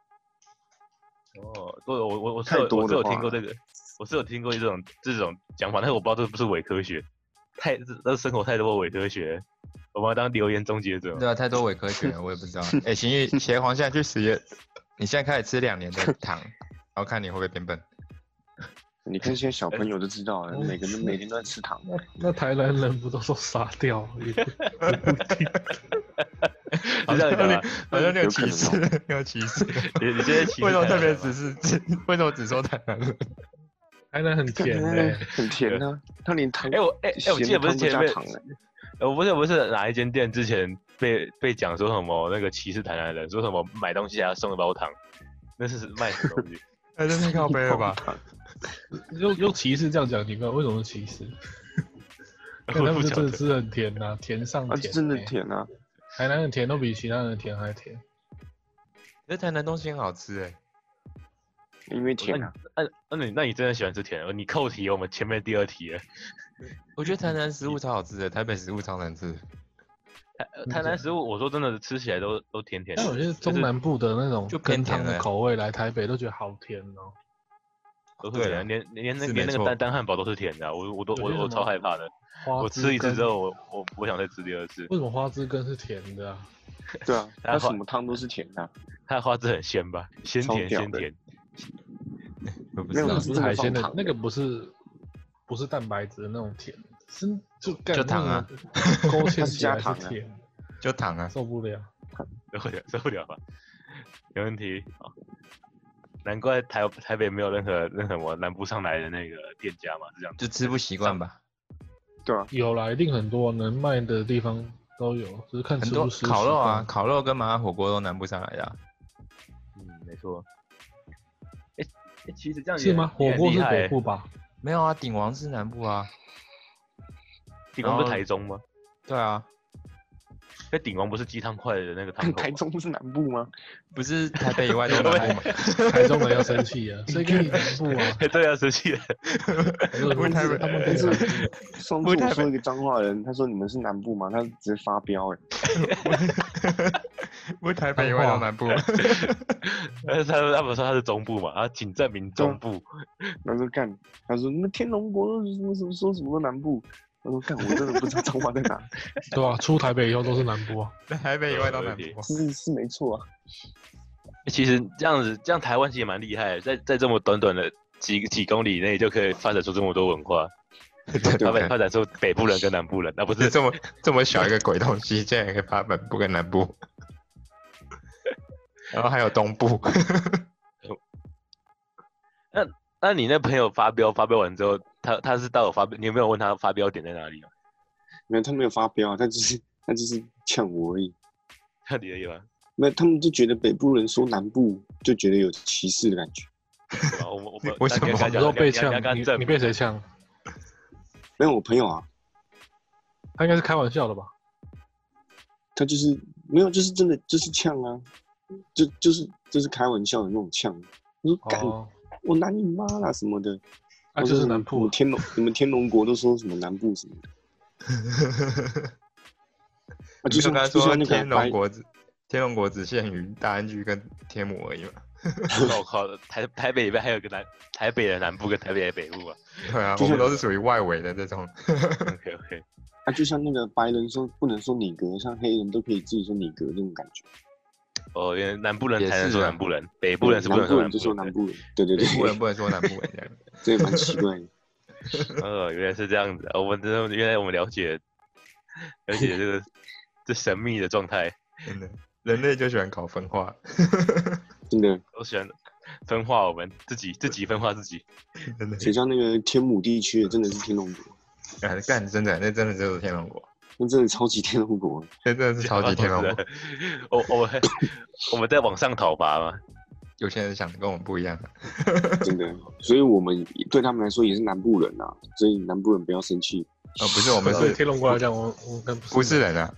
Speaker 1: 哦，对，我我我是
Speaker 3: 太
Speaker 1: 有
Speaker 3: 多
Speaker 1: 我是有
Speaker 3: 的
Speaker 1: 听过
Speaker 3: 话
Speaker 1: 这个，我是有听过这种这种讲法，但是我不知道这不是伪科学，太这这生活太多伪科学了，我把它当留言终结者。
Speaker 4: 对啊，太多伪科学了，我也不知道。哎、邢玉，邪皇现在去实验，你现在开始吃两年的糖，然后看你会不会变笨。
Speaker 3: 你看现在小朋友就知道了，
Speaker 2: 哎
Speaker 3: 每个人每天都在吃糖。
Speaker 2: 那那台南人不都说傻掉了？也不也不一定。
Speaker 1: 好像啊
Speaker 4: 有点，好 像你有
Speaker 3: 有可
Speaker 4: 歧
Speaker 3: 能
Speaker 4: 视， 你有歧视。
Speaker 1: 你你现在歧视
Speaker 4: 为什么
Speaker 1: 台
Speaker 4: 特
Speaker 1: 南人
Speaker 4: 别
Speaker 1: 吗
Speaker 4: 只是只 为什么只说台南人？
Speaker 2: 台南很
Speaker 3: 看
Speaker 2: 甜欸
Speaker 3: 它
Speaker 2: 嘞、
Speaker 3: 很甜啊，它连糖
Speaker 1: 哎、我哎哎、我记得不是前
Speaker 3: 咸的
Speaker 1: 面
Speaker 3: 汤都加糖欸，
Speaker 1: 呃，不是不是哪一间店之前被被讲说什么那个歧视台南人，说什么买东西还要送一包糖，那是卖什么东西？
Speaker 4: 那真是靠背 了吧？
Speaker 2: 用用歧视这样讲，你们为什么是 歧视？因为他
Speaker 1: 我
Speaker 2: 们
Speaker 1: 不
Speaker 2: 就
Speaker 1: 晓
Speaker 2: 真的
Speaker 1: 得。
Speaker 2: 吃很甜呐、甜上
Speaker 3: 啊，
Speaker 2: 甜、欸
Speaker 3: 真的。甜啊！
Speaker 2: 台南人甜都比其他人的甜还甜。
Speaker 4: 可是台南东西很好吃哎、
Speaker 3: 因为
Speaker 1: 那
Speaker 3: 甜
Speaker 1: 你
Speaker 3: 啊，
Speaker 1: 那那你那你真的喜欢吃甜的？你扣题，哦我们前面第二题了。
Speaker 4: 我觉得台南食物超好吃的，台北食物超难吃的。
Speaker 1: 台呃台南食物，我说真的，吃起来都都甜甜
Speaker 2: 但有
Speaker 1: 的，
Speaker 2: 些中南部的那种
Speaker 4: 就偏
Speaker 2: 羹
Speaker 4: 甜
Speaker 2: 汤
Speaker 4: 嘞
Speaker 1: 欸
Speaker 2: 的口味来台北都觉得好甜哦。
Speaker 1: 都是
Speaker 4: 对
Speaker 1: 甜的，，
Speaker 4: 了
Speaker 1: 连连那
Speaker 4: 是
Speaker 1: 连
Speaker 4: 没
Speaker 1: 那个
Speaker 4: 错
Speaker 1: 蛋蛋汉堡都是甜的啊、我我都
Speaker 2: 有
Speaker 1: 我
Speaker 2: 些
Speaker 1: 我
Speaker 2: 什
Speaker 1: 超
Speaker 2: 么
Speaker 1: 害怕的。
Speaker 2: 花
Speaker 1: 我
Speaker 2: 枝
Speaker 1: 吃一次
Speaker 2: 羹
Speaker 1: 之后，我我不想再吃第二次。
Speaker 2: 为什么花枝羹是甜的啊？
Speaker 3: 对啊，
Speaker 1: 然
Speaker 3: 它
Speaker 1: 后
Speaker 3: 什么汤都是甜的啊。
Speaker 1: 它的花枝很鲜吧，鲜
Speaker 3: 超
Speaker 1: 甜
Speaker 3: 屌
Speaker 1: 鲜
Speaker 3: 的
Speaker 1: 甜。
Speaker 4: 我不
Speaker 3: 没
Speaker 4: 知
Speaker 3: 有那
Speaker 4: 道
Speaker 2: 不
Speaker 3: 是
Speaker 2: 是
Speaker 3: 真
Speaker 2: 海
Speaker 3: 的
Speaker 2: 鲜的
Speaker 3: 放糖，
Speaker 2: 那个不是不是蛋白质的那种甜，是就
Speaker 4: 就
Speaker 2: 就
Speaker 4: 糖啊，
Speaker 2: 勾芡
Speaker 3: 它是
Speaker 2: 起
Speaker 3: 加
Speaker 2: 来
Speaker 3: 糖
Speaker 2: 是
Speaker 3: 啊
Speaker 2: 甜，
Speaker 4: 就糖啊，
Speaker 2: 受不了。
Speaker 1: 受 不了，受不了吧？啊没问题。好难怪台台北没有任何任何我拦不上来的那个店家嘛，是这样子。
Speaker 4: 就吃不习惯吧。
Speaker 3: 对啊，
Speaker 2: 有啦，一定很多能卖的地方都有，只是看
Speaker 4: 很
Speaker 2: 吃
Speaker 4: 多
Speaker 2: 不吃。
Speaker 4: 烤肉啊，
Speaker 2: 习惯，
Speaker 4: 烤肉跟麻辣火锅都难不上来的啊、
Speaker 1: 嗯，没错。哎、哎其实这样也
Speaker 2: 是吗？
Speaker 1: 也
Speaker 2: 火
Speaker 1: 很
Speaker 2: 锅
Speaker 1: 厉
Speaker 2: 是
Speaker 1: 害
Speaker 2: 北
Speaker 1: 欸
Speaker 2: 部，吧？
Speaker 4: 没有啊，鼎王是南部啊。
Speaker 1: 鼎王不是
Speaker 4: 然后
Speaker 1: 台中吗？
Speaker 4: 对啊，
Speaker 1: 那鼎王不是鸡汤块的那个汤口
Speaker 3: 台
Speaker 1: 吗
Speaker 3: 中不是南部吗？
Speaker 4: 不是台北以外都南部吗？
Speaker 2: 哎台中人要生气 啊，谁跟你南部啊？
Speaker 1: 哎对啊，生气了。
Speaker 2: 我
Speaker 4: 不是台北
Speaker 2: 他们
Speaker 3: 但
Speaker 2: 都
Speaker 3: 是
Speaker 2: 是
Speaker 3: 上
Speaker 4: 不
Speaker 3: 次
Speaker 4: 是台
Speaker 3: 我
Speaker 4: 北
Speaker 3: 说一个彰化人，他说你们是南部吗？他直接发飙哎、
Speaker 4: 不是台北以外都南部吗。
Speaker 1: 但是 他们他们说他是中部嘛，啊，请证明中部。
Speaker 3: 他说干，他说你们天龙国什么什么说什么都南部，他说干，我真的不知道彰化在哪，
Speaker 2: 对吧？出台北以后都是南部啊，
Speaker 4: 台北以外都南部。
Speaker 3: 是是没错啊，
Speaker 1: 其实这样子，这样台湾其实也蛮厉害的，在在这么短短的几几公里内就可以发展出这么多文化，
Speaker 4: 对
Speaker 1: 发
Speaker 4: 不对
Speaker 1: 展发展出北部人跟南部人，啊不
Speaker 4: 就是这么这么小一个鬼东西，竟然也可以把南部跟南部， 然后还有东部，
Speaker 1: 那你那朋友发飙发飙完之后，他他是到有发飙，你有没有问他发飙点在哪里啊吗？
Speaker 3: 没有他没有发飙啊，他就是他就是呛我而已。
Speaker 1: 那 你有吗？
Speaker 3: 那他们就觉得北部人说南部就觉得有歧视的感觉，
Speaker 1: 对吧我们我们
Speaker 4: 为什么
Speaker 1: 那你要跟他
Speaker 4: 你
Speaker 2: 哦
Speaker 1: 讲
Speaker 2: 你都
Speaker 1: 你
Speaker 2: 被
Speaker 1: 要你要
Speaker 2: 呛
Speaker 1: 跟他，
Speaker 2: 你
Speaker 1: 证
Speaker 2: 你
Speaker 1: 明
Speaker 2: 被谁呛？
Speaker 3: 没有我朋友啊，
Speaker 2: 他应该是开玩笑的吧？
Speaker 3: 他就是没有，就是真的就是呛啊，就就是就是开玩笑的那种呛。我说干，
Speaker 2: 哦，
Speaker 3: 我拿你妈啦什么的。
Speaker 2: 啊，
Speaker 3: 我
Speaker 2: 就
Speaker 3: 说
Speaker 2: 是
Speaker 3: 什么
Speaker 2: 南
Speaker 3: 你
Speaker 2: 部
Speaker 3: 们
Speaker 2: 啊，
Speaker 3: 天龙，你们天龙国都说什么南部什么的，啊、就
Speaker 4: 你
Speaker 3: 是
Speaker 4: 就刚才
Speaker 3: 就
Speaker 4: 说
Speaker 3: 像那个
Speaker 4: 天
Speaker 3: 白
Speaker 4: 龙，国只天龙国只限于大安区跟天母而已嘛。
Speaker 1: 我靠，台台北里面还有个南台北的南部跟台北的北部啊。
Speaker 4: 对啊，
Speaker 3: 就
Speaker 4: 我
Speaker 3: 是
Speaker 4: 们都是属于外围的这种。
Speaker 1: OK OK，
Speaker 3: 啊，就像那个白人说不能说你格，像黑人都可以自己说你格那种感觉。
Speaker 1: 哦，因为南部人
Speaker 4: 也
Speaker 1: 才能
Speaker 4: 是
Speaker 1: 说
Speaker 4: 啊
Speaker 1: 南部人，北部人是不能
Speaker 3: 嗯南部
Speaker 1: 说
Speaker 3: 人就说南
Speaker 1: 人的。
Speaker 3: 部人，对对
Speaker 4: 北
Speaker 3: 对，
Speaker 4: 部人不能说南部人这样。
Speaker 3: 这也蛮奇怪的。
Speaker 1: 哦，原来是这样子，我们真的原来我们了解了解这个这神秘的状态，
Speaker 4: 真的，人类就喜欢搞分化，
Speaker 3: 真的，
Speaker 1: 都喜欢分化我们自己自己分化自己。
Speaker 4: 真的。
Speaker 3: 谁叫那个天母地区的真的是天龙国，
Speaker 4: 啊干，真的，那真的就是天龙国，
Speaker 3: 那真的超级天龙国。
Speaker 4: 那真的是超级 天
Speaker 2: 哦
Speaker 4: 龙国。
Speaker 1: 我我们 我们在往上讨伐嘛，
Speaker 4: 有些人想的跟我们不一样啊，
Speaker 3: 真的，所以我们对他们来说也是南部人啊，所以南部人不要生 气。
Speaker 4: 哦，不是我们
Speaker 2: 对
Speaker 4: 是
Speaker 2: 天龙国来讲，我我跟
Speaker 4: 不是人啊？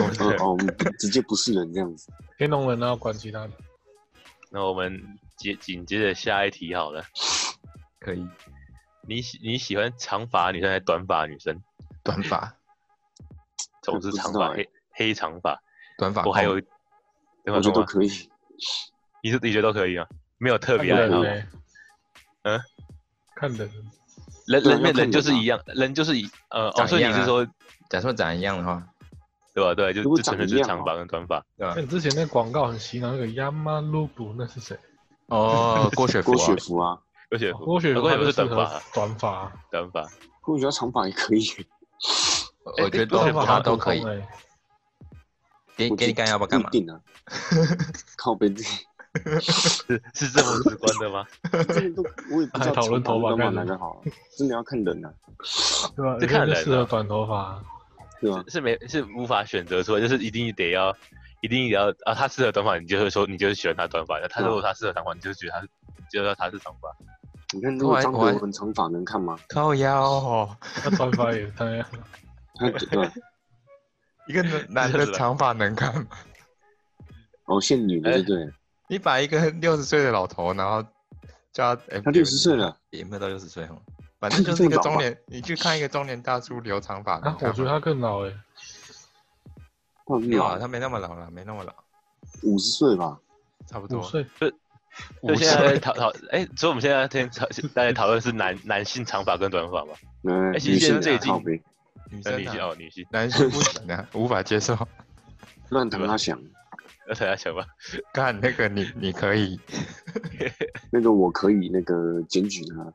Speaker 3: 哦哦，我们不直接不是人这样子。
Speaker 2: 天龙人，然后管其他的。
Speaker 1: 那我们接紧接着下一题好了。
Speaker 4: 可以，
Speaker 1: 你喜你喜欢长发女生还是短发女生？
Speaker 4: 短发，
Speaker 1: 总是
Speaker 3: 不知
Speaker 1: 长
Speaker 3: 道
Speaker 1: 发，
Speaker 3: 欸啊哦
Speaker 1: 黑黑长发。
Speaker 4: 短发控。
Speaker 1: 我还有，等
Speaker 3: 我
Speaker 1: 会
Speaker 3: 觉
Speaker 1: 说
Speaker 3: 得都
Speaker 1: 吗？
Speaker 3: 可以，
Speaker 1: 你是你觉得都可以吗？没啊有特
Speaker 2: 看
Speaker 1: 别爱好
Speaker 2: 人，嘞
Speaker 1: 嗯，
Speaker 2: 看人，
Speaker 1: 人
Speaker 3: 对啊
Speaker 1: 人
Speaker 3: 要
Speaker 1: 人
Speaker 3: 看
Speaker 1: 人就是
Speaker 3: 人啊
Speaker 1: 一样，人就是一呃哦，
Speaker 4: 长
Speaker 1: 所以
Speaker 4: 一样
Speaker 1: 你是
Speaker 4: 啊
Speaker 1: 说
Speaker 4: 假设长一样的话，
Speaker 1: 对吧？对，就
Speaker 3: 如果
Speaker 1: 就纯
Speaker 3: 长
Speaker 1: 粹
Speaker 3: 一
Speaker 1: 就是
Speaker 3: 样
Speaker 1: 长
Speaker 3: 哦
Speaker 1: 发跟短发。
Speaker 4: 对吧
Speaker 2: 那？你之前那广告很洗脑，那个 Yamalubu 那是谁？哦
Speaker 4: 哦，郭雪芙
Speaker 3: 郭
Speaker 4: 啊
Speaker 3: 雪，芙啊，
Speaker 1: 而且
Speaker 2: 郭雪
Speaker 1: 不
Speaker 2: 芙
Speaker 1: 过也
Speaker 2: 她
Speaker 1: 不
Speaker 2: 就是适
Speaker 1: 短
Speaker 2: 合
Speaker 1: 发，
Speaker 2: 短发啊，
Speaker 1: 短发。
Speaker 3: 郭雪芙长发也可以。
Speaker 4: 我我觉得
Speaker 1: 哎
Speaker 4: 都
Speaker 1: 哎
Speaker 2: 短
Speaker 1: 不
Speaker 2: 发
Speaker 4: 她
Speaker 2: 好
Speaker 4: 都可以
Speaker 2: 普。通欸
Speaker 4: 给
Speaker 3: 我觉
Speaker 4: 给
Speaker 3: 得
Speaker 4: 你干要不要干嘛
Speaker 3: 不一？定 啊，靠背这
Speaker 1: 是是这么直观的吗？
Speaker 3: 真的都我也不知道
Speaker 2: 还讨论
Speaker 3: 长发
Speaker 2: 头发
Speaker 3: 跟短
Speaker 2: 干
Speaker 3: 发
Speaker 2: 嘛
Speaker 3: 哪个好，啊真的要看人啊，
Speaker 2: 对吧？
Speaker 1: 这看人啊
Speaker 2: 就适合短头发啊，
Speaker 3: 对吧？
Speaker 1: 是没是无法选择出来，就是一定得要，一定得要啊，他适合短发，你就会说你就是喜欢他短发；他
Speaker 3: 嗯
Speaker 1: 如果他适合长发，你就觉得他是，你就知道他是长发。
Speaker 3: 你看如果
Speaker 4: 我还
Speaker 3: 张
Speaker 4: 我
Speaker 3: 国
Speaker 4: 还
Speaker 3: 文长发能看吗？
Speaker 4: 靠腰哦，
Speaker 2: 那短发也当然。
Speaker 3: 他对吧，
Speaker 4: 一个男男的长发能看吗？
Speaker 3: 哦，现女的
Speaker 1: 哎
Speaker 3: 对不对？
Speaker 4: 你把一个 六十岁的老头，然后叫他哎
Speaker 3: 他六十岁，了，
Speaker 4: 也没有到六十岁哦，反正就是一个中年，你去看一个中年大叔留长发，
Speaker 2: 啊
Speaker 4: 能，
Speaker 2: 我
Speaker 4: 看
Speaker 2: 觉得
Speaker 4: 吗？
Speaker 2: 他更老哎，
Speaker 3: 哇
Speaker 4: 没有啊，他没那么老了，没那么老，
Speaker 3: 五十岁吧？
Speaker 4: 差不
Speaker 2: 五
Speaker 4: 多
Speaker 2: 岁。
Speaker 1: 就
Speaker 4: 五
Speaker 1: 现在在
Speaker 4: 岁。
Speaker 1: 讨讨，哎、所以我们现在在讨 大家讨论是男男性长发跟短发嘛？
Speaker 3: 嗯，
Speaker 1: 哎其
Speaker 3: 女
Speaker 1: 实
Speaker 3: 性
Speaker 1: 这已
Speaker 3: 的靠
Speaker 1: 经
Speaker 3: 背，
Speaker 4: 女
Speaker 1: 那
Speaker 4: 生
Speaker 1: 女性
Speaker 4: 啊，
Speaker 1: 哦，女性
Speaker 4: 男性不行啊，无法接受。
Speaker 3: 乱谈他想，
Speaker 1: 要等他想 吧。
Speaker 4: 干那个你你可以，
Speaker 3: 那个我可以那个检举他，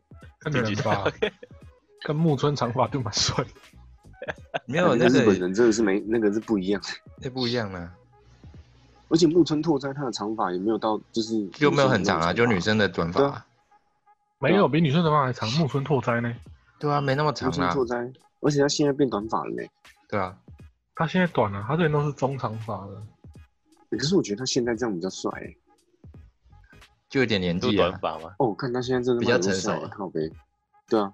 Speaker 2: 看人吧， 看木村长发就蛮帅的。
Speaker 4: 没有
Speaker 3: 那
Speaker 4: 那
Speaker 3: 个日本
Speaker 4: 个
Speaker 3: 人真的是没那个是不一样的，
Speaker 4: 那不一样啊，
Speaker 3: 而且木村拓哉他的长发也没有到就是
Speaker 4: 就没有很长啊，就女
Speaker 3: 生
Speaker 4: 生的短
Speaker 3: 对
Speaker 4: 发
Speaker 3: 啊
Speaker 4: 啊。
Speaker 2: 没有比女生头发还长，木村拓哉呢？
Speaker 4: 对啊，没那么
Speaker 3: 那
Speaker 4: 长
Speaker 3: 种长发
Speaker 4: 啊
Speaker 3: 木村。拓哉，而且他现在变短发了呢、
Speaker 4: 对啊，
Speaker 2: 他现在短了、他之前都是中长发的。
Speaker 3: 可是我觉得他现在这样比较帅、欸。
Speaker 4: 就有点年
Speaker 1: 做
Speaker 4: 纪
Speaker 1: 短
Speaker 4: 啊。
Speaker 1: 发吗？
Speaker 3: 哦，我看他现在真的
Speaker 4: 比较
Speaker 3: 蛮多
Speaker 4: 成熟
Speaker 3: 帅的
Speaker 4: 啊
Speaker 3: 靠背。对啊，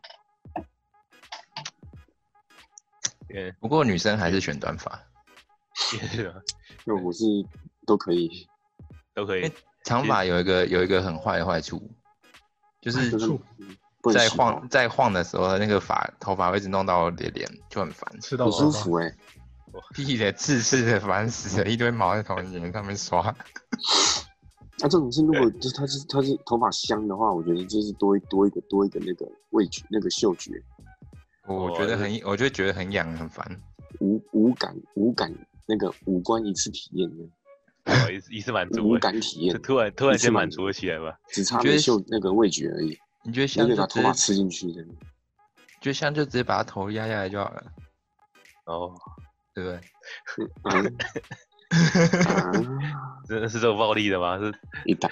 Speaker 1: 嗯，
Speaker 4: 不过女生还是选短发，
Speaker 1: 也是吗？
Speaker 3: 那我是都可以。
Speaker 1: 都可以
Speaker 4: 哎。长发有一个有一个很坏的坏处，就是
Speaker 3: 就是嗯
Speaker 2: 处
Speaker 3: 不能
Speaker 4: 在
Speaker 3: 洗头
Speaker 4: 晃在晃的时候，那个发头发会一直弄到我的脸，就很烦。
Speaker 2: 吃到
Speaker 3: 很舒
Speaker 2: 饱吧
Speaker 3: 服哎、
Speaker 4: 屁的，刺刺的，烦死了，一堆毛在头脸上面刷。
Speaker 3: 那、啊、这种是如果就是他是他是头发香的话，我觉得就是多一多一个多一个那个味觉那个嗅觉
Speaker 4: 我
Speaker 3: 哦
Speaker 4: 觉得很，我就觉得很痒，很烦。
Speaker 3: 五五感五感那个五官一次体验呢，
Speaker 1: 哇，一次一次满足
Speaker 3: 五
Speaker 1: 了，
Speaker 3: 感体
Speaker 1: 就
Speaker 3: 验，
Speaker 1: 突然突然
Speaker 3: 一次
Speaker 1: 间
Speaker 3: 满
Speaker 1: 满
Speaker 3: 足
Speaker 1: 足了起来吧。
Speaker 3: 只差
Speaker 4: 觉
Speaker 3: 没
Speaker 4: 得
Speaker 3: 嗅那个味觉而已，
Speaker 4: 你觉得
Speaker 3: 你
Speaker 4: 香
Speaker 3: 得
Speaker 4: 就
Speaker 3: 把头
Speaker 4: 直
Speaker 3: 发
Speaker 4: 接，
Speaker 3: 吃进去 的。
Speaker 4: 觉得香就直接把它头压下来就好了，
Speaker 1: 哦，
Speaker 4: 对不对？
Speaker 3: 嗯啊，
Speaker 1: 真的是这种暴力的吗？是
Speaker 3: 一打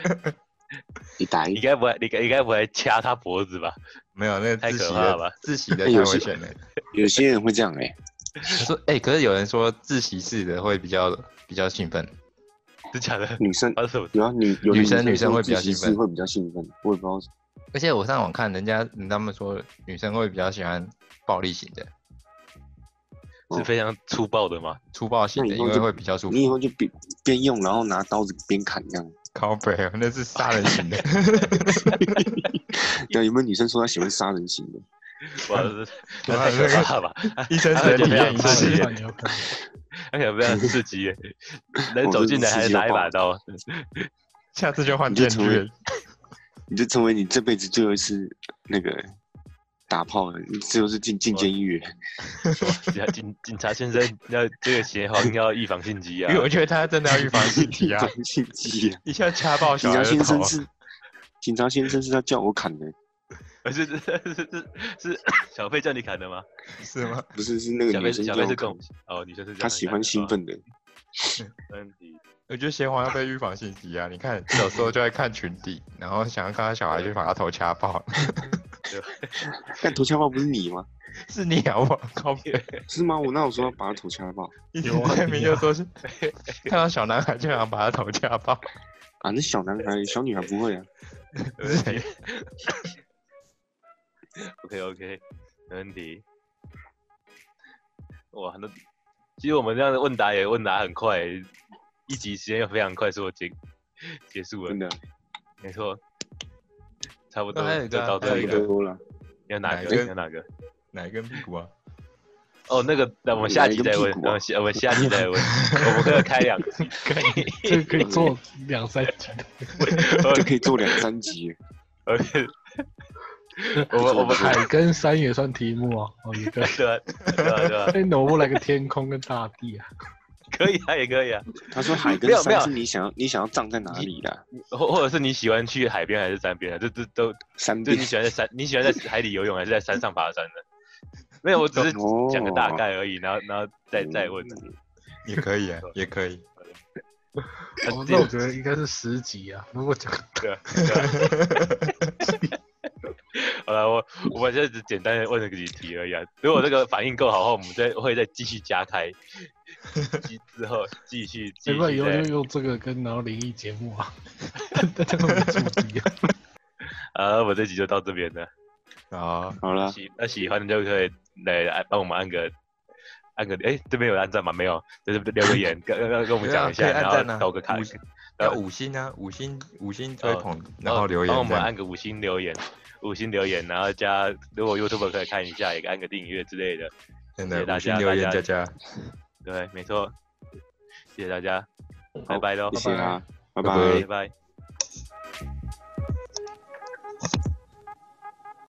Speaker 3: 一 打
Speaker 1: 你该不会你该你该不会掐他脖子吧？
Speaker 4: 没有那个
Speaker 1: 太
Speaker 4: 自
Speaker 1: 可
Speaker 4: 习
Speaker 1: 怕了吧
Speaker 4: 的自习 的
Speaker 3: 哎
Speaker 4: 太
Speaker 3: 有些
Speaker 4: 危险了。
Speaker 3: 有些人会这样哎、
Speaker 4: 我说，哎，可是有人说自习室的会比较比较兴奋，
Speaker 1: 是假的？
Speaker 3: 女生
Speaker 1: 发生什么事？
Speaker 3: 有啊，女有的
Speaker 4: 女生女生
Speaker 3: 说
Speaker 4: 会比较
Speaker 3: 自习室
Speaker 4: 兴奋
Speaker 3: 会比较兴奋，我也不知道。
Speaker 4: 而且我上网看人家他们说女生会比较喜欢暴力型的、
Speaker 3: 哦
Speaker 1: 是非常粗暴的吗？
Speaker 4: 粗暴型
Speaker 3: 那
Speaker 4: 的，
Speaker 3: 以
Speaker 4: 因
Speaker 3: 后就
Speaker 4: 为会比较舒服
Speaker 3: 你。以后就边边用，然后拿刀子边砍 这样。
Speaker 4: 靠北哦，那是杀 人型的。
Speaker 3: 对，有没有女生说她喜欢杀人型的？
Speaker 1: 哇，这这
Speaker 4: 哇
Speaker 1: 太可
Speaker 4: 这个
Speaker 1: 怕了吧！
Speaker 4: 医生
Speaker 1: 只能体验一
Speaker 2: 他
Speaker 1: 次
Speaker 2: 有可能有可能
Speaker 1: 他可能非常刺激耶，能
Speaker 3: 哦
Speaker 1: 走
Speaker 3: 这
Speaker 1: 进来
Speaker 3: 刺
Speaker 1: 还
Speaker 3: 激
Speaker 1: 拿
Speaker 3: 到
Speaker 1: 一
Speaker 3: 爆
Speaker 1: 把刀，
Speaker 4: 下次就换
Speaker 3: 你就
Speaker 4: 电
Speaker 3: 成
Speaker 4: 锯
Speaker 3: 为。你就成为你这辈子最后一次那个打炮了，你最后是进进监狱。
Speaker 1: 警警警察先生要这个邪皇要预防性疾啊
Speaker 4: 因为！我觉得他真的要预防 性疾啊，
Speaker 3: 禁忌啊！
Speaker 4: 一下掐爆小
Speaker 3: 警
Speaker 4: 孩
Speaker 3: 察
Speaker 4: 的
Speaker 3: 先
Speaker 4: 头啊
Speaker 1: 啊
Speaker 3: 生。是警察先生是他叫我砍的，
Speaker 1: 不呃是是是是是小费叫你砍的吗？
Speaker 4: 是吗？
Speaker 3: 不是是那个
Speaker 1: 小
Speaker 3: 女
Speaker 1: 费
Speaker 3: 生
Speaker 1: 是
Speaker 3: 叫
Speaker 1: 小费
Speaker 3: 我
Speaker 1: 是
Speaker 3: 砍
Speaker 1: 跟我。哦，女生是这样哦
Speaker 3: 他喜欢兴，奋 的，
Speaker 1: 没问题。
Speaker 4: 我觉得邪皇要被预防性敌啊！你看，有时候就在看群体，然后想要看他小孩，就把他头掐爆，
Speaker 3: 但头枪炮不是你吗？
Speaker 4: 是你好不好？
Speaker 1: 啊
Speaker 4: 靠边！
Speaker 3: 是吗？我哪有说要把他头枪爆
Speaker 4: 一直
Speaker 2: 有啊
Speaker 4: 在明
Speaker 2: 有
Speaker 4: 就
Speaker 2: 啊
Speaker 4: 说是看到小男孩就想把他头掐爆，
Speaker 3: 啊？那小男孩、小女孩不会啊。
Speaker 1: OK OK，没问题。哇，那其实我们这样的问答也问答很快，一集时间又非常快速地结结束
Speaker 3: 真
Speaker 1: 了，
Speaker 3: 的
Speaker 1: 没错，差不多
Speaker 4: 那还有一
Speaker 1: 就
Speaker 4: 个啊
Speaker 1: 到
Speaker 4: 还
Speaker 1: 这
Speaker 4: 有
Speaker 1: 里
Speaker 4: 一
Speaker 3: 差
Speaker 1: 了
Speaker 4: 个。
Speaker 3: 不多了。
Speaker 1: 要哪
Speaker 4: 哪
Speaker 1: 个？
Speaker 4: 一个
Speaker 1: 要哪个？
Speaker 4: 哪一根屁股啊？
Speaker 1: 哦，那个，那我们
Speaker 3: 你
Speaker 1: 下
Speaker 3: 来
Speaker 1: 集
Speaker 3: 一个
Speaker 1: 再
Speaker 3: 屁
Speaker 1: 问，
Speaker 3: 股
Speaker 1: 我
Speaker 3: 啊
Speaker 1: 们下我们下集再问，我们可以开两 集，
Speaker 2: 这个可以做两三集的。
Speaker 3: 就可以做两三集，
Speaker 1: 我们我 们我们还
Speaker 2: 海跟山也算题目哦，哦也对。
Speaker 1: 对啊对啊对啊，
Speaker 2: 哎，能不能来个天空跟大地啊？
Speaker 1: 可以 啊也可以啊，
Speaker 3: 他说海跟
Speaker 1: 没有没
Speaker 3: 山
Speaker 1: 有
Speaker 3: 是你想要你想要葬在哪里的？
Speaker 1: 或或者是你喜欢去海边还是山边啊？这这都
Speaker 3: 山
Speaker 1: 就
Speaker 3: 边
Speaker 1: 你喜欢在 山，你喜欢在海里游泳还是在山上爬山的？ 没有，我只是讲个大概而已，然后然后再再问。
Speaker 4: 也可以啊，也可以。
Speaker 2: 哦，那我觉得应该是十集啊。如果讲
Speaker 1: 对啊对 啊好了，我我们现在只简单的问了几题而已啊。如果这个反应够好的话，我们再会再继续加 开，继之后继续继
Speaker 2: 要不要以
Speaker 1: 续
Speaker 2: 后
Speaker 1: 再
Speaker 2: 就用这个跟然后灵异节目啊， 大家都没注意啊。
Speaker 1: 啊，我这集就到这边了。
Speaker 4: 啊，
Speaker 3: 好了，
Speaker 1: 喜那喜欢的就可以来按帮我们按个按个，哎、这边有按赞吗？没有，就是留个言，跟跟跟我们讲一下，
Speaker 4: 对啊可以按赞啊
Speaker 1: 然后投个卡
Speaker 4: 五，要五星啊，五星五星吹捧，然
Speaker 1: 呃哦
Speaker 4: 后留
Speaker 1: 帮我
Speaker 4: 言这
Speaker 1: 们按
Speaker 4: 样。
Speaker 1: 个五星留言，五星留言，然后加如果 YouTube 可以看一下，也按个订阅之类的。
Speaker 4: 真
Speaker 1: 谢谢
Speaker 4: 的
Speaker 1: 大
Speaker 4: 五星
Speaker 1: 家
Speaker 4: 留言，
Speaker 1: 大
Speaker 4: 加加，
Speaker 1: 对，没错，谢谢大家，拜拜喽
Speaker 3: 谢，谢啊，拜
Speaker 4: 拜
Speaker 3: 拜
Speaker 1: 拜。拜。